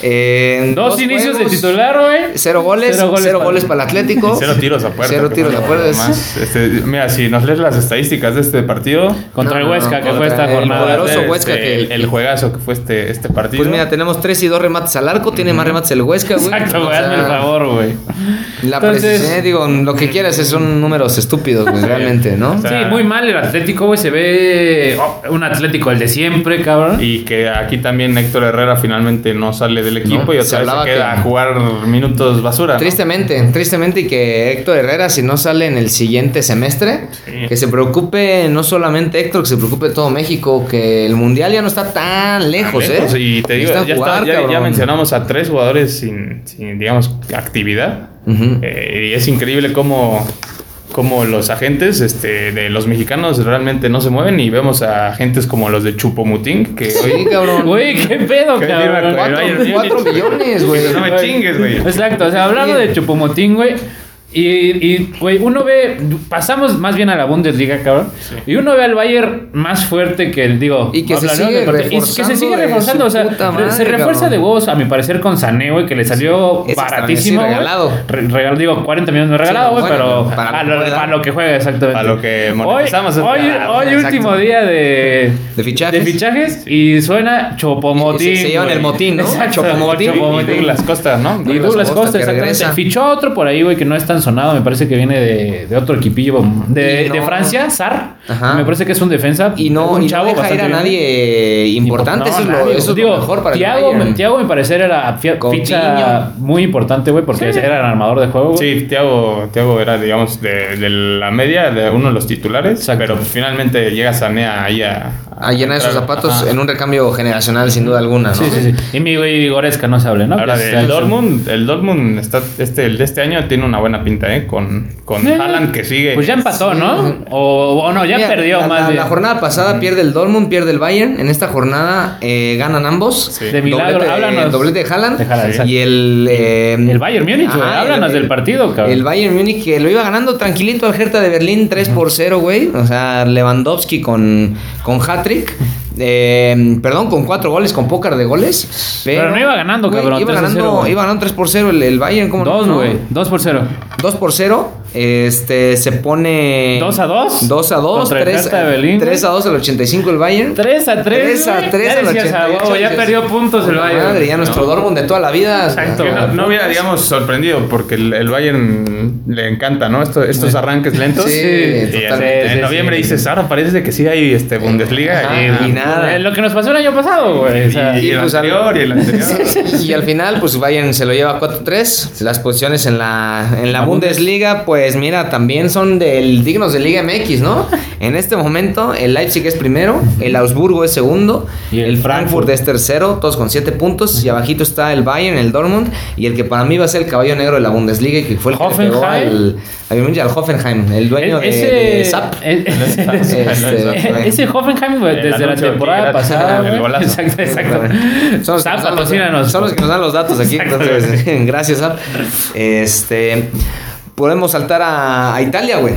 G: Eh, en
E: Dos, inicios
G: juegos,
E: de titular, güey.
G: Cero goles, cero goles, para el Atlético.
F: Y cero tiros a puerta,
G: Cero
F: que
G: tiros a
F: fue
G: acuerdas?
F: Además, este, mira, si nos lees las estadísticas de este partido,
E: Contra
G: No,
E: el
G: no,
E: Huesca, que
G: contra
E: fue esta
G: el
E: jornada.
G: poderoso
F: este,
G: Huesca que-
F: el, el juegazo que fue este, este partido.
G: Pues mira, tenemos 3 y 2 remates al arco, tiene más remates el Huesca, güey.
E: Exacto,
G: O
E: güey,
G: sea,
E: hazme el favor, güey.
G: La
E: Entonces-
G: precisión, eh, digo, lo que quieras, eh, son números estúpidos, güey, realmente, ¿no?
F: O sea,
E: Sí, muy mal el Atlético, güey. Se ve oh, un Atlético, el de siempre, cabrón.
F: Y que aquí también Héctor Herrera finalmente no sale del equipo
G: No, se
F: y otra vez
G: hablaba
F: se queda
G: que-
F: a jugar minutos basura. ¿no?
G: Tristemente, tristemente y que Héctor Herrera, si no sale en el siguiente semestre,
F: Sí.
G: que se preocupe no solamente Héctor, que se preocupe todo México, que el Mundial ya no está tan lejos,
F: Lejos,
G: ¿eh?
F: Y te digo, ya,
G: Necesitan
F: está-
G: jugar,
F: ya- ya
G: cabrón.
F: mencionamos a tres jugadores sin, sin, digamos, actividad.
G: Ujú.
F: Eh, y es increíble cómo, cómo los agentes este, de los mexicanos realmente no se mueven y vemos a agentes como los de Chupomutín, que
G: Sí,
F: hoy...
G: cabrón.
E: Güey, qué pedo,
F: Que
E: cabrón.
F: viva
E: güey.
F: Cuatro-
E: Bayern Múnich.
G: cuatro millones, güey.
F: No me chingues, güey.
E: Exacto, o sea, hablando de Chupomotín, güey. Y, y, güey, uno ve, pasamos más bien a la Bundesliga, cabrón. Y uno ve al Bayern más fuerte que el, digo,
G: Y que se
E: hablaríamos
G: sigue
E: de partido- y que se sigue
G: reforzando
E: reforzando. O
G: de su
E: sea,
G: puta
E: re- se
G: madre,
E: refuerza
G: cabrón.
E: de huevos, a mi parecer, con Sané, güey, que le salió
G: Ese está
E: baratísimo.
G: bien, sí,
E: güey.
G: regalado.
E: Re- regal- digo, 40 millones no regalado,
G: Sí,
E: güey,
G: bueno,
E: pero
G: para
E: a
G: lo
E: lo,
G: que juega.
E: para lo que juega, exactamente.
F: Para lo que
E: Hoy,
F: monetizamos es
E: hoy,
F: para-
E: hoy
G: exacto.
E: último día de,
G: De fichajes.
E: de fichajes y suena Chopomotín.
G: Y se- se llevan
E: güey.
G: el motín, ¿no?
E: Exacto,
G: Chopomotín.
F: Y
E: Chopomotín.
F: Douglas Costa, ¿no?
E: Y Douglas
G: Costa,
E: Costa,
G: que
E: exactamente.
G: regresa.
E: Fichó otro por ahí, güey, que no es tan sonado. Me parece que viene de, de otro equipillo. De,
G: Y no-
E: de Francia, Sar.
G: Ajá.
E: Me parece que es un defensa.
G: Y no,
E: un
G: y no deja ir a
E: bien.
G: nadie importante,
E: No,
G: eso es lo,
E: nadie,
G: eso es lo
E: digo,
G: mejor para
E: Thiago,
G: el Bayern.
E: Thiago, me parece, era fia-
G: Coutinho.
E: ficha muy importante, güey, porque era el armador de juego. güey.
F: Sí, Thiago, Thiago era, digamos, de, de la media, de uno de los titulares,
E: Exacto.
F: pero pues, finalmente llega Sané ahí a...
G: a llenar esos
F: entrar.
G: zapatos
F: Ajá.
G: en un recambio generacional sin duda alguna, ¿no?
E: Sí, sí, sí. Y mi güey Goretzka no se hable, ¿no?
F: Ahora
E: Que
F: de-
E: es-
F: el Dortmund, el Dortmund está, este, el de este año tiene una buena pinta, ¿eh? Con, con
E: Eh,
F: Haaland que sigue.
E: Pues ya empató, ¿no? O, o no, ya
G: Mira,
E: perdió
G: la,
E: más
G: la-
E: bien.
G: la jornada pasada pierde el Dortmund, pierde el Bayern. En esta jornada eh, ganan ambos.
F: Sí.
E: De milagro,
G: doblete, eh,
E: háblanos.
G: Doblete de Haaland.
E: De Haaland, exacto.
G: y el... eh,
E: El Bayern Múnich, güey.
G: Ajá,
E: Háblanos
G: el-
E: del partido, cabrón.
G: El Bayern Múnich que lo iba ganando tranquilito al Hertha de Berlín 3 por 0, güey. O sea, Lewandowski con, con hat-trick. Eh, perdón, con cuatro goles, con pócar de goles. Pero,
E: Pero no iba ganando,
G: güey,
E: cabrón,
G: Iba
E: 3 a 0,
G: ganando,
E: güey.
G: iba ganando 3 por 0 el, el Bayern. ¿cómo
E: Dos,
G: no?
E: güey. Dos por cero.
G: 2 por 0. Este se pone.
E: ¿Dos a dos?
G: 2 a 2.
E: Contra el
G: 3,
E: Hertha de Berlín,
G: a 2 al 85 el Bayern.
E: 3 a 3.
G: 3 a 3
E: Ya
G: al
E: decías, ah,
G: 88,
E: huevo, ya
G: dices,
E: perdió puntos el
G: puta
E: Bayern.
G: Madre, ya nuestro Dortmund de toda la vida.
E: Exacto.
F: Que no, no hubiera, digamos, sorprendido, porque el, el Bayern le encanta, ¿no? Esto- estos arranques lentos.
G: Sí,
F: Y
G: totalmente. Eh,
F: en, en
E: Sí, sí,
F: noviembre
E: sí.
F: dices, ahora parece que sí hay este Bundesliga.
G: Ajá,
F: y,
G: y nada.
E: Eh, Lo que nos pasó el año pasado, güey. O sea,
F: y- y el
G: pues,
F: anterior, y el anterior.
G: Y al final, pues Bayern se lo lleva 4-3. Las posiciones en la, en la
E: La Bundes.
G: Bundesliga, pues mira, también son del dignos de Liga MX, ¿no? En este momento, el Leipzig es primero, el Augsburgo es segundo,
E: Y el
G: el Frankfurt
E: Frankfurt.
G: es tercero, todos con 7 puntos. Y abajito está el Bayern, el Dortmund y el que para mí va a ser el caballo negro de la Bundesliga y que fue el que le pegó
E: Hoffenheim.
G: al, al, al Hoffenheim, el dueño
E: e- ese,
G: de, de SAP.
E: e-
G: Este,
E: e- ese Hoffenheim, güey,
F: El
E: desde la
F: anuncio
E: temporada
F: aquí, gratis,
E: pasada.
F: el
E: güey.
F: golazo.
E: Exacto, exacto.
G: Son los,
E: Zap,
G: que nos dan los-
E: patrocínanos.
G: son los que nos dan los datos aquí. Entonces, gracias, Zap. Este, podemos saltar a, a Italia, güey.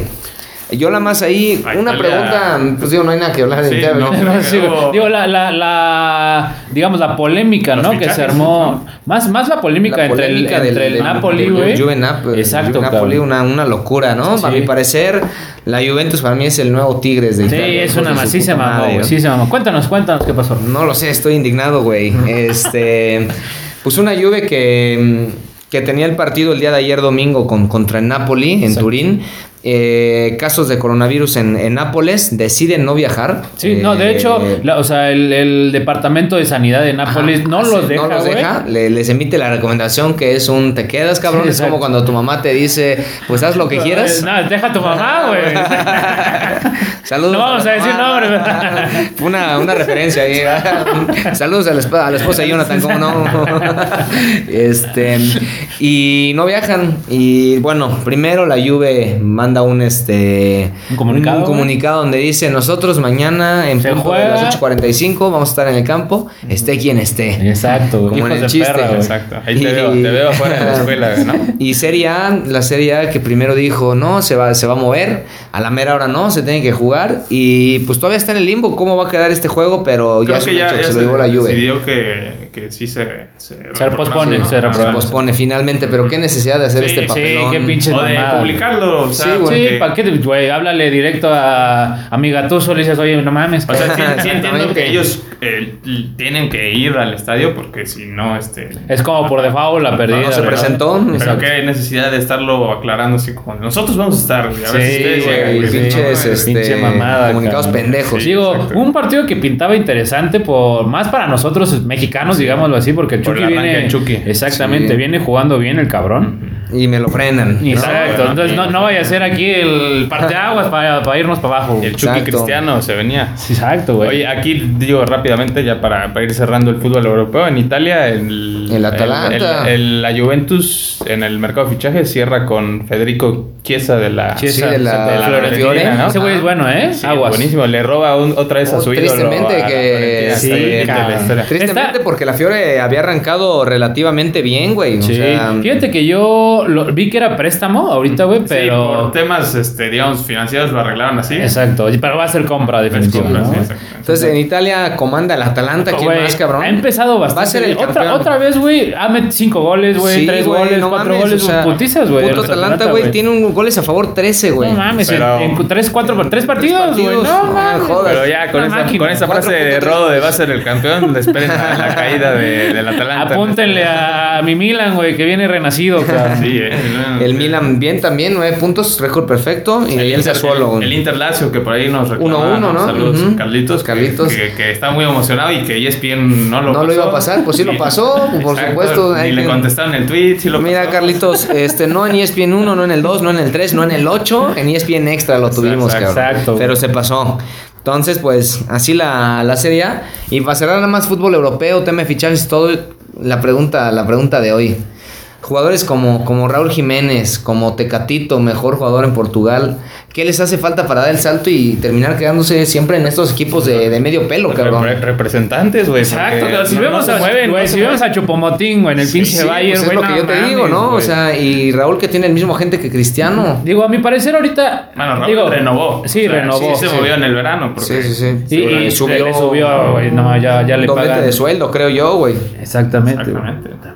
G: Yo la más ahí,
F: A
G: una
F: Italia.
G: pregunta, pues digo, no hay nada que hablar de
F: Sí,
G: Italia.
F: no.
G: ¿verdad?
E: No, sí, güey. digo, la, la, la, digamos, la polémica,
F: Los
E: ¿no? Que se
F: fichajes,
E: armó. Más, más la polémica,
G: La
E: entre
G: polémica
E: el,
G: del-
E: entre el
G: del-
E: Napoli,
G: del
E: güey.
G: Juve Nap- el
E: Exacto,
G: Juve Napoli,
E: cabrón.
G: una, una locura, ¿no?
E: Sí.
G: A mi parecer, la Juventus para mí es el nuevo Tigres de
E: Sí,
G: Italia.
E: es
G: hijos
E: una
G: de su
E: maciza,
G: puta
E: mamá,
G: madre,
E: güey.
G: ¿no?
E: Sí, se mamó. Cuéntanos, cuéntanos qué pasó.
G: No lo sé, estoy indignado, güey. Este, pues una Juve que, mm, que tenía el partido el día de ayer domingo con, contra el Napoli en Turín. Eh, casos de coronavirus en, en Nápoles, deciden no viajar.
E: Sí, no, de
G: Eh,
E: hecho, la- o sea, el, el departamento de sanidad de Nápoles
G: ajá, Ah,
E: no
G: sí,
E: los deja,
G: no los
E: güey.
G: deja. Le- les emite la recomendación que es un te quedas, cabrón.
E: Sí,
G: es como
E: exacto.
G: cuando tu mamá te dice, pues haz lo que quieras.
E: No, deja a tu mamá, güey.
G: Saludos.
E: No vamos a
G: la
E: decir
G: mamá.
E: nombres, ¿verdad?
G: Fue una, una referencia ahí. ¿verdad? Saludos a la, esp- a la esposa de Jonathan, ¿cómo no? Este, y no viajan. Y bueno, primero la Juve manda un, este,
E: Un comunicado,
G: un
E: ¿no?
G: comunicado donde dice: Nosotros mañana en
E: Se
G: punto de
E: juega.
G: las 8.45 vamos a estar en el campo, esté quien esté.
E: Exacto, güey.
G: Como en
E: Hijos
G: el
E: de
G: chiste.
E: perra, güey.
F: Exacto. Ahí te veo, te veo afuera de la escuela, ¿no?
G: Y Serie A, la Serie A que primero dijo, no, se va, se va a mover, a la mera hora no, se tiene que jugar. Y pues todavía está en el limbo cómo va a quedar este juego, pero
F: Creo
G: ya, es
F: que
G: un
F: ya,
G: hecho que
F: ya
G: se
F: se
G: lo llevó la Juve.
F: decidió que, que sí se... Se, reprograma,
E: pospone,
F: ¿no?
E: se
F: Ajá.
E: reprograma.
G: Se pospone finalmente, pero qué necesidad de hacer
F: Sí,
G: este
F: sí,
G: papelón.
E: qué pinche-
F: O de
E: mamada.
F: publicarlo. O sea,
G: Sí, güey.
E: Sí, ¿para qué? Güey, háblale directo a, a mi gatuso, le dices, oye, no mames.
F: O sea, sí, sí entiendo
G: Exactamente.
F: que ellos eh, tienen que ir al estadio porque si no, este...
E: es como por default la perdida.
G: No se
E: ¿verdad?
G: presentó.
F: Pero
G: exacto.
F: qué necesidad de estarlo aclarando así como nosotros vamos a estar. güey, A ver si
E: Sí,
F: ustedes
E: güey,
F: llegan,
G: Y
F: güey,
E: sí.
G: pinches,
E: no,
G: este,
E: pinche mamada,
G: comunicados
E: cabrón.
G: pendejos.
F: Sí,
E: pues Digo,
F: exacto.
E: un partido que pintaba interesante por más para nosotros mexicanos, digámoslo así, porque el
F: Por
E: Chucky
F: la arranque
E: viene
F: del Chucky.
E: exactamente,
G: Sí.
E: viene jugando bien el cabrón.
G: Y me lo frenan. ¿no?
E: Exacto,
F: bueno,
E: entonces no,
F: sí.
E: no vaya a ser aquí el parteaguas para, para irnos para abajo. güey.
F: El Chucky
G: Exacto.
F: Cristiano se venía.
E: Exacto, güey.
F: Oye, aquí digo rápidamente, ya para, para ir cerrando el fútbol europeo, en Italia el,
G: El Atalanta.
F: el- el- la Juventus en el mercado de fichajes cierra con Federico Chiesa de la,
E: Chiesa,
G: de la- Fiorentina,
F: ¿no?
E: Ese güey es bueno, ¿eh?
F: Sí,
E: Aguas.
F: buenísimo, le roba un- otra vez a
G: Oh,
F: su ídolo.
G: tristemente
F: a la
G: que- este,
F: Fiorentina,
E: sí,
F: está bien de la
E: cabrón.
F: historia.
G: Tristemente
E: Está-
G: porque la Fiore había arrancado relativamente bien, güey.
E: Sí.
G: O sea,
E: Fíjate que yo lo- vi que era préstamo ahorita, güey,
F: Sí,
E: pero.
F: por temas, este, digamos, financieros lo arreglaron así.
E: Exacto, pero va a ser compra definitiva.
F: Compras,
E: ¿no? pues,
F: sí, exactamente.
G: entonces en Italia comanda el Atalanta, ¿quién
E: Güey,
G: más, cabrón?
E: Ha empezado bastante.
G: Va a ser el
E: bien. otra,
G: campeón.
E: otra vez, güey. Ha metido cinco goles, güey.
G: Sí,
E: tres
G: güey,
E: goles,
G: no
E: cuatro
G: mames,
E: goles.
G: o sea,
E: putizas, güey.
G: Puto
E: de los
G: Atalanta, güey, tiene un goles a favor 13, güey.
E: No mames,
F: Pero-
E: en, en tres, cuatro, por- tres partidos, güey.
G: partidos,
E: No
G: no
E: mames.
G: jodas.
F: Pero ya, con
E: Una
F: esa,
E: máquina.
F: con esa frase de
G: 4.3.
F: Rodo de va a ser el campeón, le esperen a la caída de, del Atalanta.
E: Apúntenle a mi Milan, güey, que viene renacido, cabrón.
F: Sí, eh.
G: El Milan bien también, nueve puntos, récord perfecto. Y el,
F: Inter-
G: Sassuolo,
F: El,
G: güey.
F: Inter Lazio, que por ahí nos reclamaba.
G: Uno a uno, ¿no?
F: Saludos,
G: Ujú.
F: Carlitos.
G: Carlitos.
F: Que, que está muy emocionado y que E ESPN no lo
G: No lo iba a pasar, pues sí lo pasó, por supuesto,
F: Y
G: ahí
F: le
G: que-
F: contestaron el tweet, sí lo
G: Mira,
F: pasó.
G: Carlitos, este, no en ESPN 1, no en el 2, no en el 3, no en el 8, en E ESPN Extra lo tuvimos,
F: Exacto,
G: cabrón.
E: exacto.
G: Pero se pasó. Entonces, pues, así la, la serie. A. Y para cerrar nada más fútbol europeo, tema de fichajes, todo, la pregunta, la pregunta de hoy. Jugadores como, como Raúl Jiménez, como Tecatito, mejor jugador en Portugal, ¿qué les hace falta para dar el salto y terminar quedándose siempre en estos equipos de, de medio pelo, cabrón?
F: Pues, Repre- representantes, güey.
E: Exacto,
F: porque
E: pero si
F: no- no
E: vemos
F: se
E: a
F: mueven,
E: güey,
F: no se
E: si vemos a Chupomotín, güey, en el pinche
G: Sí,
E: Bayern,
G: pues es
E: güey,
G: lo que
E: no
G: yo te
E: mames,
G: digo, ¿no? O
E: güey.
G: sea, y Raúl que tiene el mismo gente que Cristiano.
E: Digo, a mi parecer ahorita.
F: Bueno, Raúl
E: digo,
F: renovó.
E: Sí,
F: O sea,
E: renovó.
F: Sí, se
E: sí.
F: movió en el verano. Porque
G: Sí, sí, sí.
E: Sí, y
G: Le
E: subió. Le subió, güey. No, ya, ya le
G: doblete
E: pagan.
G: de sueldo, creo yo, güey.
E: Exactamente. güey.
F: Exactamente.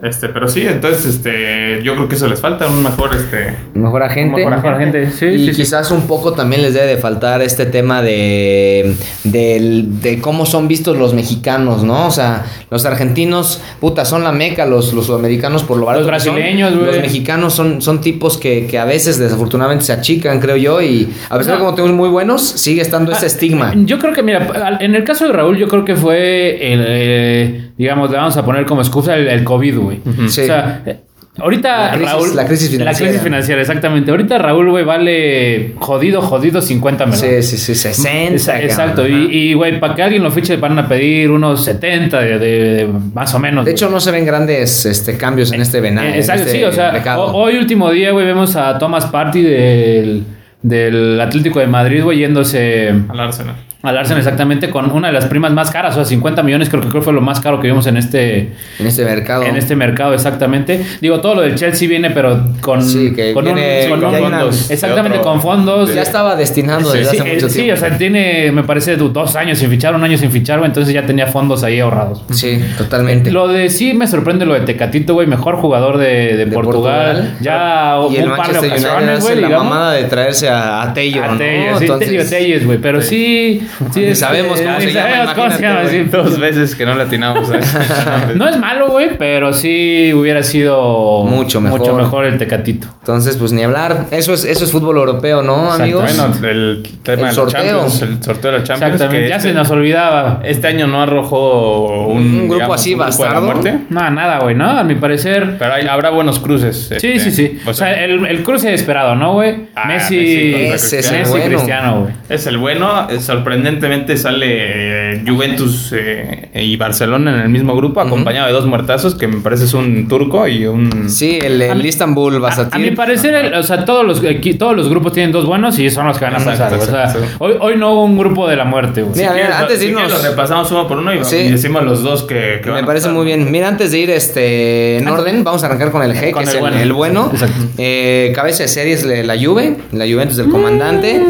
F: Este, pero sí, entonces, este, yo creo que eso les falta un mejor, este,
G: Mejor agente.
E: Mejor- mejor agente, sí,
G: y
E: sí, sí.
G: quizás un poco también les debe de faltar este tema de, del- de cómo son vistos los mexicanos, ¿no? O sea, los argentinos, puta, son la meca, los, los sudamericanos por lo barato
E: Los
G: que son.
E: brasileños, güey.
G: Los mexicanos son, son tipos que, que a veces desafortunadamente se achican, creo yo, y a pesar de
E: No. Ah,
G: como tenemos muy buenos, sigue estando ese estigma.
E: Yo creo que, mira, al- en el caso de Raúl, yo creo que fue el, eh, digamos, le vamos a poner como excusa el, el COVID, güey.
G: Sí.
E: O sea, eh, ahorita
G: La crisis-
E: Raúl.
G: la crisis financiera.
E: La crisis financiera, exactamente. Ahorita Raúl, güey, vale jodido, jodido 50
G: Sí,
E: melones.
G: sí, sí, 60.
E: Esa- Exacto,
G: cabrón.
E: y, y, güey, para que alguien lo fiche van a pedir unos 70 de, de- más o menos.
G: De
E: güey.
G: hecho, no se ven grandes este, cambios en este venado.
E: Eh, Exacto, sí, o sea, ho- hoy último día, güey, vemos a Thomas Party del, del Atlético de Madrid, güey, yéndose
F: al Arsenal.
E: al Arsenal exactamente con una de las primas más caras, o sea, 50 millones creo que creo fue lo más caro que vimos en este
G: en este mercado.
E: en este mercado exactamente. Digo, todo lo del Chelsea viene pero con
G: Sí, que
E: con,
G: viene-
E: con
G: ya hay una-
E: fondos, exactamente
F: de otro-
E: con fondos.
G: ya estaba destinado
E: Sí,
G: desde
E: sí,
G: hace
E: eh,
G: mucho
E: sí,
G: tiempo.
E: o sea, tiene, me parece, du- dos años sin fichar, un año sin fichar, güey, entonces ya tenía fondos ahí ahorrados.
G: Sí, totalmente.
E: Lo de sí me sorprende lo de Tecatito, güey, mejor jugador de, de
G: De Ah,
E: Portugal. Ya
G: y
E: un
G: el
E: par de
G: Manchester United
E: ocasiones,
G: hace
E: güey,
G: la
E: digamos.
G: mamada de traerse a, a Tello,
E: A
G: ¿no?
E: Telles, sí,
G: Entonces,
E: Tello, Telles, güey, pero sí, sí,
G: Ni
E: este,
G: sabemos cómo
E: ni
G: se llama,
E: sabemos cómo se llama,
G: imagínate,
E: sí.
F: Dos veces que no le atinamos a este eso.
E: No es malo, güey, pero sí hubiera sido
G: Mucho mejor.
E: mucho mejor el Tecatito.
G: entonces, pues ni hablar. Eso es, eso es fútbol europeo, ¿no,
E: Exacto.
G: amigos?
F: Bueno, el tema
G: El
F: de los
G: sorteo.
F: Champions, el sorteo de los Champions.
E: Exactamente,
F: que
E: ya
F: este,
E: se nos olvidaba.
F: Este año no arrojó un,
G: Un grupo así
F: un grupo de la
G: bastardo.
F: muerte,
E: No, nada, güey, ¿no? A mi parecer.
F: pero hay- habrá buenos cruces.
E: Sí,
F: este,
E: sí, sí. O sea, el, el cruce esperado, ¿no, güey?
F: Ah, Messi
E: Messi,
F: contra
G: Ese es el
E: Messi
G: bueno.
E: Cristiano, güey.
F: Es el bueno, eh, sorprendentemente sale eh, Juventus eh, y Barcelona en el mismo grupo, acompañado de dos muertazos, que me parece es un turco y un...
G: Sí, el, el Istanbul, Basatir.
E: A mi parecer, el- o sea, todos los, aquí- todos los grupos tienen dos buenos y son los que van a pasar.
F: Exacto,
E: güey. O sea,
F: exacto, sí.
E: hoy, hoy no hubo un grupo de la muerte, güey.
G: Mira,
F: Si quieres,
G: mira,
F: lo-
G: antes de
F: si quieres
G: irnos.
F: lo repasamos uno por uno y,
G: Sí.
F: y decimos los dos que, que
G: Me
F: van a
G: parece
F: pasar.
G: muy bien. Mira, antes de ir este, en orden, vamos a arrancar con el G, que
E: Con
G: es
E: el
G: el,
E: bueno.
G: el bueno.
E: Exacto.
G: Eh, cabeza de series la Juve, la Juventus del comandante.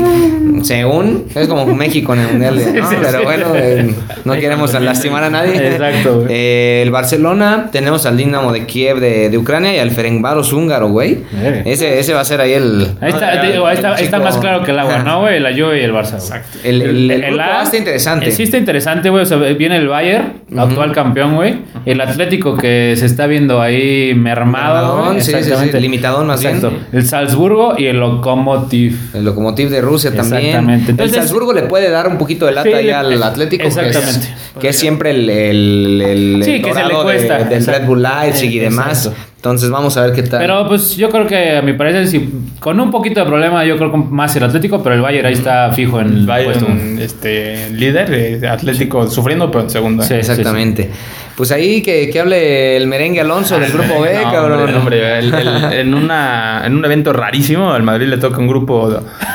G: Según, es como México en con el Mundial. de- ¿no?
E: Sí, sí,
G: Pero
E: sí.
G: bueno, eh, no queremos lastimar a nadie.
E: Exacto, güey.
G: Eh, el Barcelona, tenemos al Dinamo de Kiev de, de Ucrania y al Ferencváros húngaro, güey.
E: Eh.
G: Ese, ese va a ser ahí el...
E: Ahí está,
F: No, ya,
E: digo, ahí está, ahí está
G: chico.
E: más claro que el agua, ¿no, güey? La Juve y el Barça. güey.
F: Exacto.
G: El, el, el grupo
E: A
G: A está interesante.
E: Sí, está interesante, güey. O sea, viene el Bayern, actual campeón, güey. El Atlético que se está viendo ahí mermado. güey.
G: Mermadón, sí, sí, sí, limitadón más bien.
E: Exacto. El Salzburgo y el Lokomotiv.
G: El Lokomotiv de Rusia también.
E: Exactamente. Entonces-
G: el Salzburgo le puede dar un poquito de lata
E: Sí, le-
G: ya al Atlético. que es-
E: Exactamente.
G: Que es, siempre el, el, el-
E: Sí,
G: el
E: que se le
G: dorado de-
E: cuesta.
G: del
E: Exacto.
G: Red Bull Leipzig y demás.
E: Exacto.
G: Entonces vamos a ver qué tal.
E: Pero pues yo creo que a mi parecer, sí, con un poquito de problema, yo creo que más el Atlético, pero el Bayern ahí está fijo en el puesto. güey.
F: Bayern, este, líder, eh, Atlético sufriendo, pero en segunda.
E: Sí.
G: Exactamente. Pues ahí que, que hable el merengue Alonso del grupo
E: Ah,
G: B,
F: No,
G: cabrón.
F: hombre, no, hombre, el- el- en, una, en un evento rarísimo, al Madrid le toca un grupo.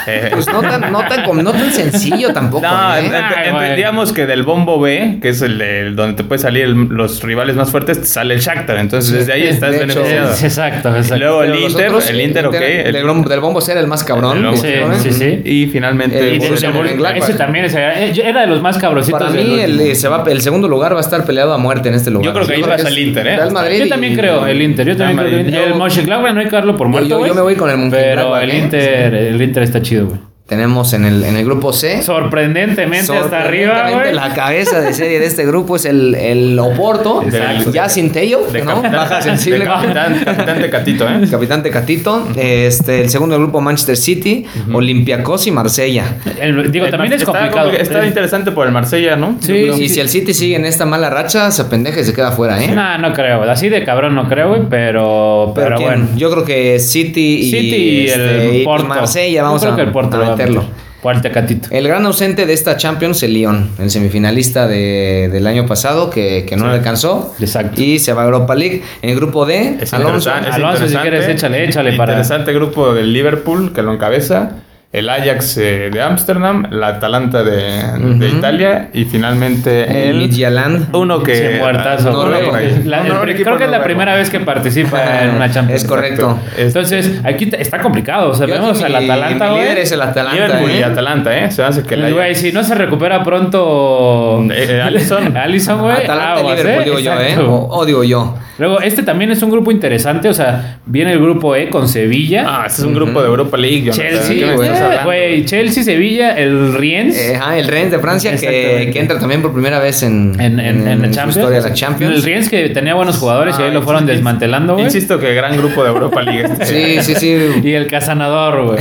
F: eh,
G: Pues no tan, no tan, com- no tan sencillo tampoco.
F: No,
G: ¿eh?
F: ent- ent-
E: Ay,
F: entendíamos que del bombo B, que es el, el donde te puede salir el- los rivales más fuertes, te sale el Shakhtar. Entonces desde ahí estás
G: de hecho,
F: beneficiado.
E: Sí, Exacto,
F: Y
E: exacto.
F: luego el
G: Pero los
F: Inter,
G: otros,
F: el Inter, ok. el-
G: del, bombo- del bombo ser el más cabrón. ¿eh?
F: el bombo,
G: ¿viste,
E: sí,
G: cabrón?
E: sí, sí.
F: Y finalmente
G: El
E: Y de-
G: Borussia
E: de-
G: Mönchengladbach.
E: ese también ese era, eh, era de los más cabrositos.
G: Para
E: del
G: mí el,
E: último.
G: eh, se va, el segundo lugar va a estar peleado a muerte en este lugar.
F: creo que ahí pasa
G: es
F: el Inter, ¿eh?
G: Real Madrid
E: yo
G: y-
E: también creo, eh, el Inter. Yo también
F: Real
E: creo que el,
F: Madrid.
E: el
G: Yo-
E: Mönchengladbach no hay que darlo por muerto,
G: yo- yo
E: güey.
G: me voy con el
E: Pero
G: Mönchengladbach,
E: el
G: ¿eh?
E: Inter, el Inter está chido, güey.
G: Tenemos en el, en el grupo C.
E: Sorprendentemente hasta arriba,
G: Sorprendentemente,
E: güey.
G: La cabeza de serie de este grupo es el, el Oporto.
F: Exacto.
G: Ya sin Tello,
F: de
G: ¿no?
F: capitán-
G: Baja sensible.
F: de capitán, capitán Tecatito, ¿eh?
G: Capitán Tecatito. Este, el segundo grupo Manchester City, Olympiacos y Marsella.
E: El- digo,
G: Eh,
F: El
E: también
F: Mar-
E: es
F: está
E: complicado.
F: compli- Está, interesante por el Marsella, ¿no?
E: Sí,
G: y si el City sigue en esta mala racha, se pendeja y se queda fuera, ¿eh?
E: No, no creo. güey. Así de cabrón no creo, güey. Pero,
G: Pero,
E: pero,
G: ¿quién?
E: bueno.
G: yo creo que City y,
E: City y
G: este,
E: el
G: y
E: Porto.
G: Marsella, vamos
E: Yo creo
G: a,
E: que el Porto
G: a
E: va
G: meterlo.
E: meter. Por el Tecatito.
G: El gran ausente de esta Champions, el Lyon, el semifinalista de- del año pasado que, que no le alcanzó.
E: Exacto.
G: Y se va a Europa League. En el grupo D,
F: Es
G: Alonso.
F: interesante, es
E: Alonso, si
F: interesante.
E: quieres, échale, échale para-
F: Interesante grupo del Liverpool que lo encabeza, el Ajax eh, de Ámsterdam, la Atalanta de, de
G: Ujú.
F: Italia y finalmente
G: El
F: el...
G: Midtjylland.
F: Uno que...
E: Sí, muertazo.
G: no,
E: güey.
G: no, no,
E: La- el-
F: no, no, equipo
E: creo que es la
F: noruego.
E: primera vez que participa en una Champions.
G: Es correcto.
E: Entonces, aquí te- está complicado. O sea,
G: Yo
E: vemos
G: aquí
E: al
G: mi-
E: Atalanta,
G: mi
E: güey.
G: líder es el Atalanta,
F: Liverpool
G: ¿eh?
F: y Atalanta, ¿eh? Se hace que la...
E: Pues, Güey, si no se recupera pronto.
F: Eh, eh, Alisson.
E: Alisson, Ah, güey.
G: Atalanta y
E: aguas,
G: Liverpool,
E: ¿eh?
G: digo yo, ¿eh?
E: Exacto.
G: O, o digo yo.
E: Luego, este también es un grupo interesante. O sea, viene el grupo E con Sevilla.
F: Ah, este es un grupo de Europa League. Jonathan. ¿De qué
E: Chelsea,
F: me
E: güey.
F: estás hablando?
E: Güey, Chelsea, Sevilla, el Riens.
G: Eh, ajá, el Rennes de Francia que,
E: Exactamente.
G: que entra también por primera vez en,
E: en, en, en la
G: su
E: Champions.
G: historia de la Champions.
E: El Riens que tenía buenos jugadores y ahí
F: Ah,
E: lo fueron desmantelando, güey.
F: Insisto que gran grupo de Europa League. este.
G: Sí, sí, sí.
E: Y el Casanador, güey.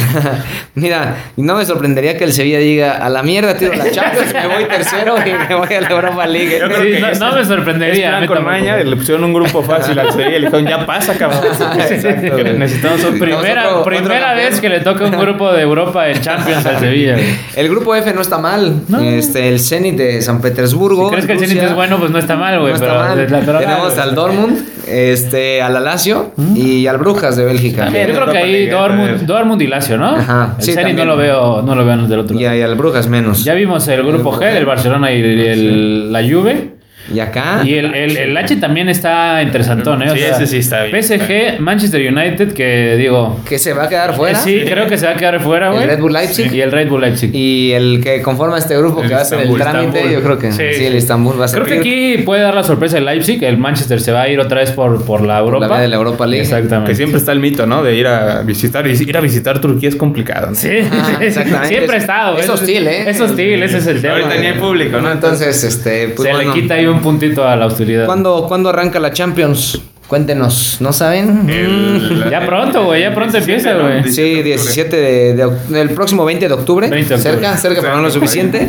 G: Mira, no me sorprendería que el Sevilla diga a la mierda tiro la Champions, me voy tercero y me voy a la Europa League.
F: Yo creo
E: Sí,
F: que
E: no-
F: es-
E: no me sorprendería,
F: es
E: a mí
F: plan con
E: tampoco.
F: maña, le pusieron un grupo fácil al Sevilla y le dijeron, ya pasa, cabrón.
G: Exacto, güey.
F: Necesitamos un
G: Necesitamos
E: Primera,
G: otro- otro
E: primera
G: campeón.
E: vez que le toca un grupo de Europa en Champions al Sevilla. güey.
G: El grupo F no está mal.
E: No.
G: Este, el Zenit de San Petersburgo.
E: Si crees que el
G: Rusia,
E: Zenit es bueno, pues no está mal, güey.
G: no está
E: pero
G: mal.
E: de la droga,
G: Tenemos
E: güey.
G: al Dortmund, este, al Alacio y al Brujas de Bélgica.
E: Yo creo que ahí
F: Europa
E: Dortmund,
F: League.
E: Dortmund y Lazio, ¿no?
G: Ajá,
E: El
G: sí,
E: Zenit no
G: también.
E: lo veo, no lo veo en el del otro
G: Y,
E: lado.
G: ahí al Brujas menos.
E: Ya vimos el grupo G del Barcelona y el- el- la Juve.
G: Y acá.
E: Y el, el- el H también está interesantón, ¿eh? O
F: Sí,
E: sea,
F: ese sí está bien.
E: PSG, Manchester United, que digo.
G: que se va a quedar
E: eh,
G: fuera.
E: sí, creo que se va a quedar fuera,
G: El
E: güey.
G: Red Bull Leipzig.
E: Y el Red Bull Leipzig.
G: Y el que conforma este grupo
F: El
G: que va a ser el
F: Istanbul,
G: trámite,
F: Istanbul.
G: yo creo que sí,
E: Sí, sí.
G: el Istanbul va a ser.
E: Creo que aquí puede dar la sorpresa el Leipzig. El Manchester se va a ir otra vez por, por la Europa.
G: vía de la Europa League.
E: Exactamente.
F: Que siempre está el mito, ¿no? De ir a visitar. y Ir a visitar Turquía es complicado. ¿no?
E: Sí,
G: Ah, exactamente.
E: siempre ha estado.
G: Es
E: Eso
G: hostil, ¿eh?
E: Es hostil, ese es el tema.
F: Ahorita ni hay público, ¿no?
G: Entonces, este, pues
E: se
G: bueno.
E: le quita ahí un puntito a la hostilidad.
G: ¿Cuándo, cuándo arranca la Champions? Cuéntenos, ¿no saben?
F: El-
E: Ya pronto, güey, ya pronto empieza,
F: ¿no?
E: güey.
G: Sí, 17 de, de oc- el próximo 20 de octubre,
E: 20 de octubre.
G: cerca, cerca, pero no lo suficiente.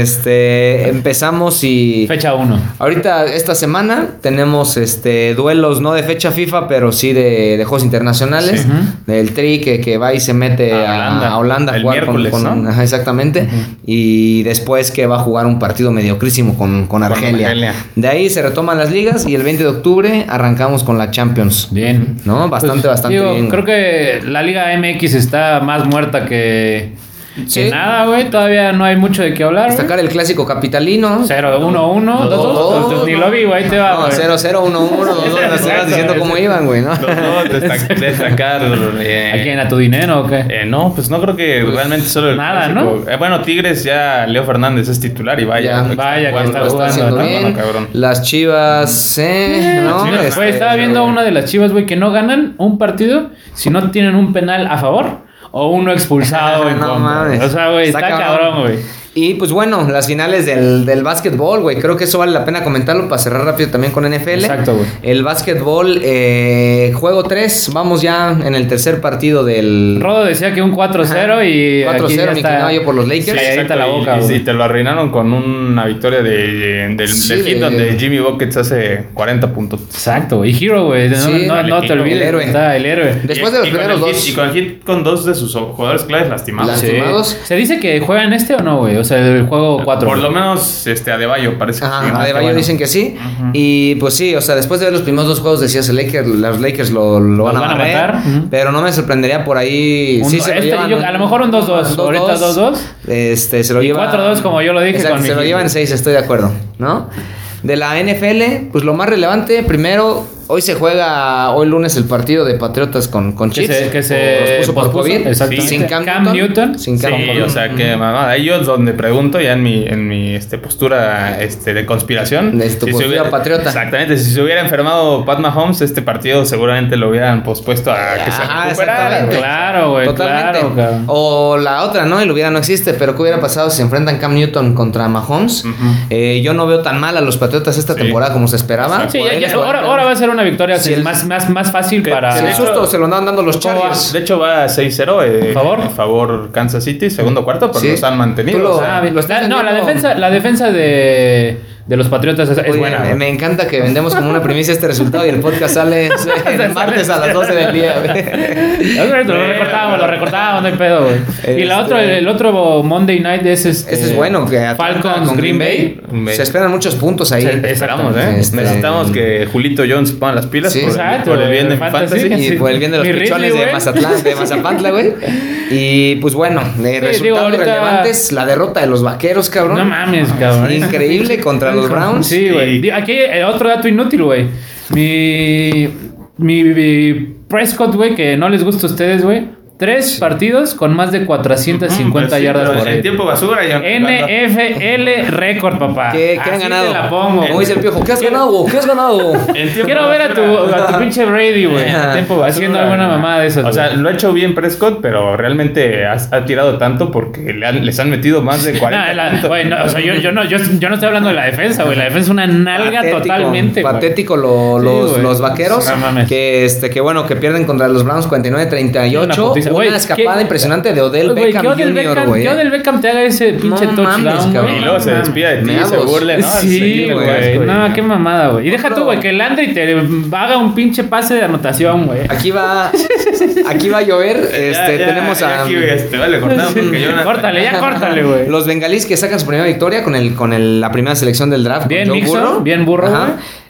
G: Este, empezamos y
E: Fecha 1.
G: ahorita esta semana tenemos este duelos no de fecha FIFA, pero sí de, de juegos internacionales, del Tri que, que va y se mete
F: A
G: a
F: Holanda.
G: a Holanda a
F: El
G: jugar con,
F: miércoles,
G: con-
F: ¿no?
G: ajá, exactamente y después que va a jugar un partido mediocrísimo con, con Argelia.
F: Argelia.
G: De ahí se retoman las ligas y el 20 de octubre arrancamos con la Champions.
E: Bien. Pues,
G: No, bastante, bastante
E: digo,
G: bien.
E: Creo que la Liga MX está más muerta que, Que
G: Sí.
E: nada, güey, todavía no hay mucho de qué hablar. güey.
G: Destacar el clásico capitalino.
E: 0-1-1, 2-2. Ni lo vi, güey, ahí te va,
G: No,
E: güey.
G: 0 0 1 1 2 2 estabas diciendo cómo iban, güey, ¿no?
F: No, destac- destacar. eh,
E: ¿A quién? ¿A tu dinero o qué?
F: eh, no, pues no creo que realmente solo el
E: nada,
F: clásico. Eh, bueno, Tigres ya Leo Fernández es titular y vaya.
G: Ya,
E: vaya, que
F: jugando,
G: Lo está haciendo
E: ¿no?
G: bien.
F: Bueno, cabrón.
G: Las Chivas, eh, no,
F: Chivas,
G: Este,
E: Güey, estaba viendo una de las chivas, güey, que no ganan un partido si no tienen un penal a favor o uno expulsado en
G: No
E: contra.
G: mames.
E: O sea, güey, está,
G: Está
E: cabrón,
G: cabrón.
E: güey.
G: Y pues bueno, las finales del, del básquetbol, güey. Creo que eso vale la pena comentarlo para cerrar rápido también con NFL.
E: Exacto, güey.
G: El básquetbol, eh, juego 3. Vamos ya en el tercer partido del.
E: Rodo decía que un 4-0 y.
G: 4-0,
E: aquí ya
G: mi
E: está
G: querido yo por los Lakers.
E: Sí, ahorita
F: Exacto,
E: la
F: y-
E: boca,
F: y,
E: güey.
F: sí, te lo arruinaron con una victoria de, del,
G: Sí,
F: del
G: de-
F: hit donde Jimmy Buckets hace 40 puntos.
E: Exacto, y Hero, güey. No,
G: Sí,
E: no, no te
F: el
E: olvides.
G: héroe.
E: Está el héroe.
G: Después de los
F: Y- y con
G: primeros
F: el hit-
G: dos.
F: Y con el hit con dos de sus jugadores claves lastimados.
G: Sí. Lastimados.
E: ¿Se dice que juegan este o no, güey? O sea, el juego 4.
F: Por lo menos este Adebayo parece que sí,
G: Ajá,
E: Ah,
F: ¿no?
G: de
F: Bueno.
G: dicen que sí. Y pues sí, o sea, después de ver los primeros dos juegos, decías, el Lakers, los Lakers lo, lo van, a
E: van a
G: barrer,
E: matar, ujú.
G: Pero no me sorprendería por ahí.
E: Un
G: sí,
E: do-
G: se lo
E: este,
G: llevan
E: yo-
G: un-
E: a lo mejor un 2-2, ahorita 2-2.
G: Este, se lo
E: Y
G: llevan.
E: 4-2, como yo lo dije
G: Exacto,
E: con mi
G: se lo
E: equipo.
G: llevan 6, estoy de acuerdo, ¿no? De la NFL, pues lo más relevante, primero, hoy se juega, hoy lunes, el partido de Patriotas con, con
E: Que
G: Chiefs.
E: se, que se
G: Los puso por
E: pospuso,
G: COVID.
E: exactamente.
G: Sin Cam,
E: Cam Newton.
G: Sin Cam
F: Sí,
G: Newton.
F: o sea, que mamada. Ahí yo donde pregunto, ya en mi, en mi este, postura este, de conspiración.
G: De tu postura patriota.
F: Exactamente. Si se hubiera enfermado Pat Mahomes, este partido seguramente lo hubieran pospuesto a que se
G: Ajá,
F: recuperara.
G: Ah, exactamente.
F: güey.
E: Claro, güey,
G: Totalmente.
E: Pues claro, cabrón.
G: o la otra, ¿no? El hubiera no existe, pero ¿qué hubiera pasado si se enfrentan Cam Newton contra Mahomes? Eh, yo no veo tan mal a los Patriotas esta
F: Sí.
G: temporada como se esperaba.
E: Sí,
G: Por
E: ya-
G: ahí
E: ya-
G: les
E: ahora,
G: podrán-
E: ahora va a ser una victoria
G: Si
E: que es
G: el-
E: más, más, más fácil
F: que-
E: para.
F: si
G: El susto se lo andaban dando los
E: ¿Cómo
G: Chargers.
F: De hecho, va 6-0. Eh,
E: ¿Favor?
F: a favor Kansas City, segundo cuarto, pero
G: Sí.
F: los han mantenido.
G: Tú lo-
F: o sea,
E: Ah, bien.
G: Lo estás
E: La- no, la
G: vendiendo-
E: defensa, la defensa de, de los Patriotas es, es
G: Oye,
E: buena.
G: me,
E: güey.
G: me encanta que vendemos como una primicia este resultado y el podcast sale el martes a las 12 del día. güey.
E: Lo recortábamos, lo recortábamos, no hay pedo, güey. Y la
G: Este-
E: otra, el otro Monday night es este.
G: Este es bueno. Que Atlanta
E: Falcons
G: con
E: Green Bay.
G: Se esperan muchos puntos ahí.
E: Se-
F: Esperamos, ¿eh?
G: Este-
F: Necesitamos que Julito Jones ponga las pilas
G: Sí,
F: por, el-
E: exacto,
F: por el bien de mi
E: fantasy.
F: fantasy.
E: Sí,
G: Y por el bien de los
E: mi Ridley,
G: pichones de
E: güey.
G: Mazatlán, de Mazapantla, güey. Y pues bueno, de resultados
E: digo, ahorita-
G: relevantes, la derrota de los vaqueros, cabrón.
E: No mames, cabrón.
G: Increíble contra los Browns.
E: Sí, güey.
F: Y-
E: Di- Aquí hay eh, otro dato inútil, güey. Mi, mi, mi Prescott, güey, que no les gusta a ustedes, güey. Tres partidos con más de 450
G: Pues
F: Sí,
E: yardas
F: Ah, pero
E: por
F: En
E: ahí.
F: tiempo basura. ya-
E: NFL récord, papá.
G: ¿Qué,
E: Así
G: qué han ganado?
E: Te la pongo.
G: Como dice el piojo, ¿qué has
E: Quiero-
G: ganado? ¿Qué has ganado?
F: En tiempo
E: Quiero ver a tu,
F: basura.
E: a tu pinche Brady, güey.
F: En tiempo basura.
E: Haciendo alguna mamada de esas.
F: O sea,
E: güey.
F: lo ha hecho bien Prescott, pero realmente ha, ha tirado tanto porque le han- les han metido más de 40
E: Nah, Ah, la-
F: puntos.
E: güey, no, o sea, yo, yo no, yo, yo no estoy hablando de la defensa, güey. La defensa es una nalga
G: Patético,
E: totalmente. güey.
G: Patético lo-
E: Sí,
G: los,
E: güey.
G: los vaqueros.
E: No mames.
G: que, este, que bueno, que pierden contra los Browns 49-38.
E: Una putiza.
G: Una,
E: Güey,
G: escapada
E: ¿qué-
G: impresionante de Odell
E: Güey,
G: Beckham
E: que Odell
G: Jr.,
E: Beckham-
G: güey.
E: que Odell Beckham te haga ese pinche touchdown,
G: mames,
E: güey.
G: cabrón.
F: y luego se
E: No
F: despide de ti y
G: Meados.
F: se burle, ¿no?
E: Sí,
F: Sí,
E: güey. No, qué mamada, güey. Y deja
G: Otro.
E: tú, güey, que el Landry te haga un pinche pase de anotación, güey.
G: Aquí va, aquí va a llover. Este,
F: Ya, ya,
G: tenemos
F: ya
G: a.
F: Aquí, este, vale, cortamos porque yo no-
E: Córtale, ya córtale, güey.
G: Los bengalíes que sacan su primera victoria con el con el- la primera selección del draft. con
E: Bien
G: Joe
E: Mixon, bien burro, güey.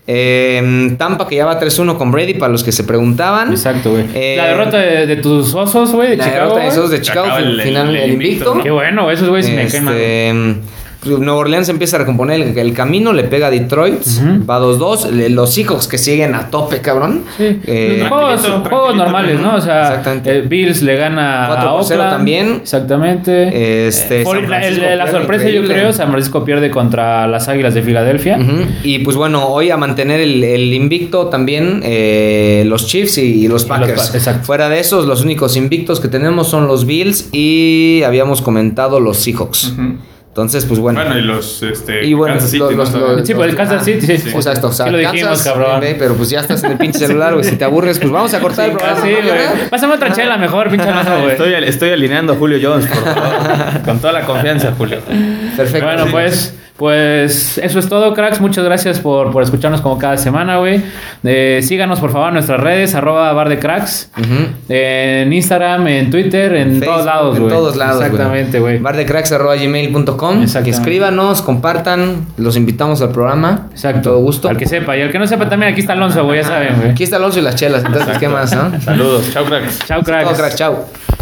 G: Eh, Tampa que ya va 3-1 con Brady, para los que se preguntaban.
E: Exacto, güey.
G: Eh,
E: la derrota de, de tus osos, güey, de
G: la
E: Chicago.
G: derrota de
E: güey.
G: esos de Chicago,
F: Acaba el-
G: final
F: el
G: el invicto.
F: invicto,
E: Qué bueno, güey, esos güeyes me
G: Este,
E: queman. güey.
G: Nueva Orleans empieza a recomponer el, el camino, le pega a Detroit, va 2-2. le- Los Seahawks que siguen a tope, cabrón.
E: Sí.
G: Eh,
E: Los juegos,
F: tranquilito,
E: juegos
F: tranquilito,
E: normales, ¿no? O sea,
G: Exactamente.
E: eh, Bills le gana
G: Cuatro
E: a
G: por cero
E: Oakland.
G: también.
E: Exactamente.
G: este,
E: Por-
G: San
E: la, el-
G: Francisco
E: la
G: pierde,
E: sorpresa, yo
G: increíble.
E: creo, San Francisco pierde contra las Águilas de Filadelfia.
G: Ujú. Y pues bueno, hoy a mantener el, el invicto también eh, los Chiefs y, y los Packers.
E: Pa- exacto.
G: Fuera de esos, los únicos invictos que tenemos son los Bills y habíamos comentado los Seahawks. Entonces, pues bueno.
F: Bueno, y los este,
G: Y bueno,
F: Kansas City,
G: los,
F: ¿no?
G: los, los-
E: Sí, pues, el Kansas
G: ah,
E: City, sí, sí.
G: Exacto, o sea,
E: Sí lo dijimos,
G: Kansas,
E: cabrón.
G: Green Bay, pero pues ya estás en el pinche celular, güey. Si te aburres, pues vamos a cortar el programa.
E: Así,
G: ¿no?
E: Ah, güey. Pásame otra chela mejor, pinche alonso, güey.
F: Estoy, estoy alineando a Julio Jones, por favor. Con toda la confianza, Julio.
G: Perfecto.
E: Bueno, pues, pues eso es todo, cracks. Muchas gracias por, por escucharnos como cada semana, güey. Eh, síganos, por favor, en nuestras redes, arroba bar de cracks.
G: Ujú.
E: En Instagram, en Twitter, en
G: Facebook,
E: todos lados, güey.
G: En todos lados, güey.
E: Exactamente, güey.
G: Bardecracks.gmail.com.
E: Exactamente.
G: Que escríbanos, compartan, los invitamos al programa.
E: Exacto.
G: Con Todo gusto.
E: Al que sepa. Y al que no sepa también, aquí está Alonso, güey, ya saben, güey.
G: Aquí está Alonso y las chelas, entonces, ¿qué más, no?
F: Saludos, chao, cracks.
E: Chao,
G: Todo
E: cracks.
G: crack, chao.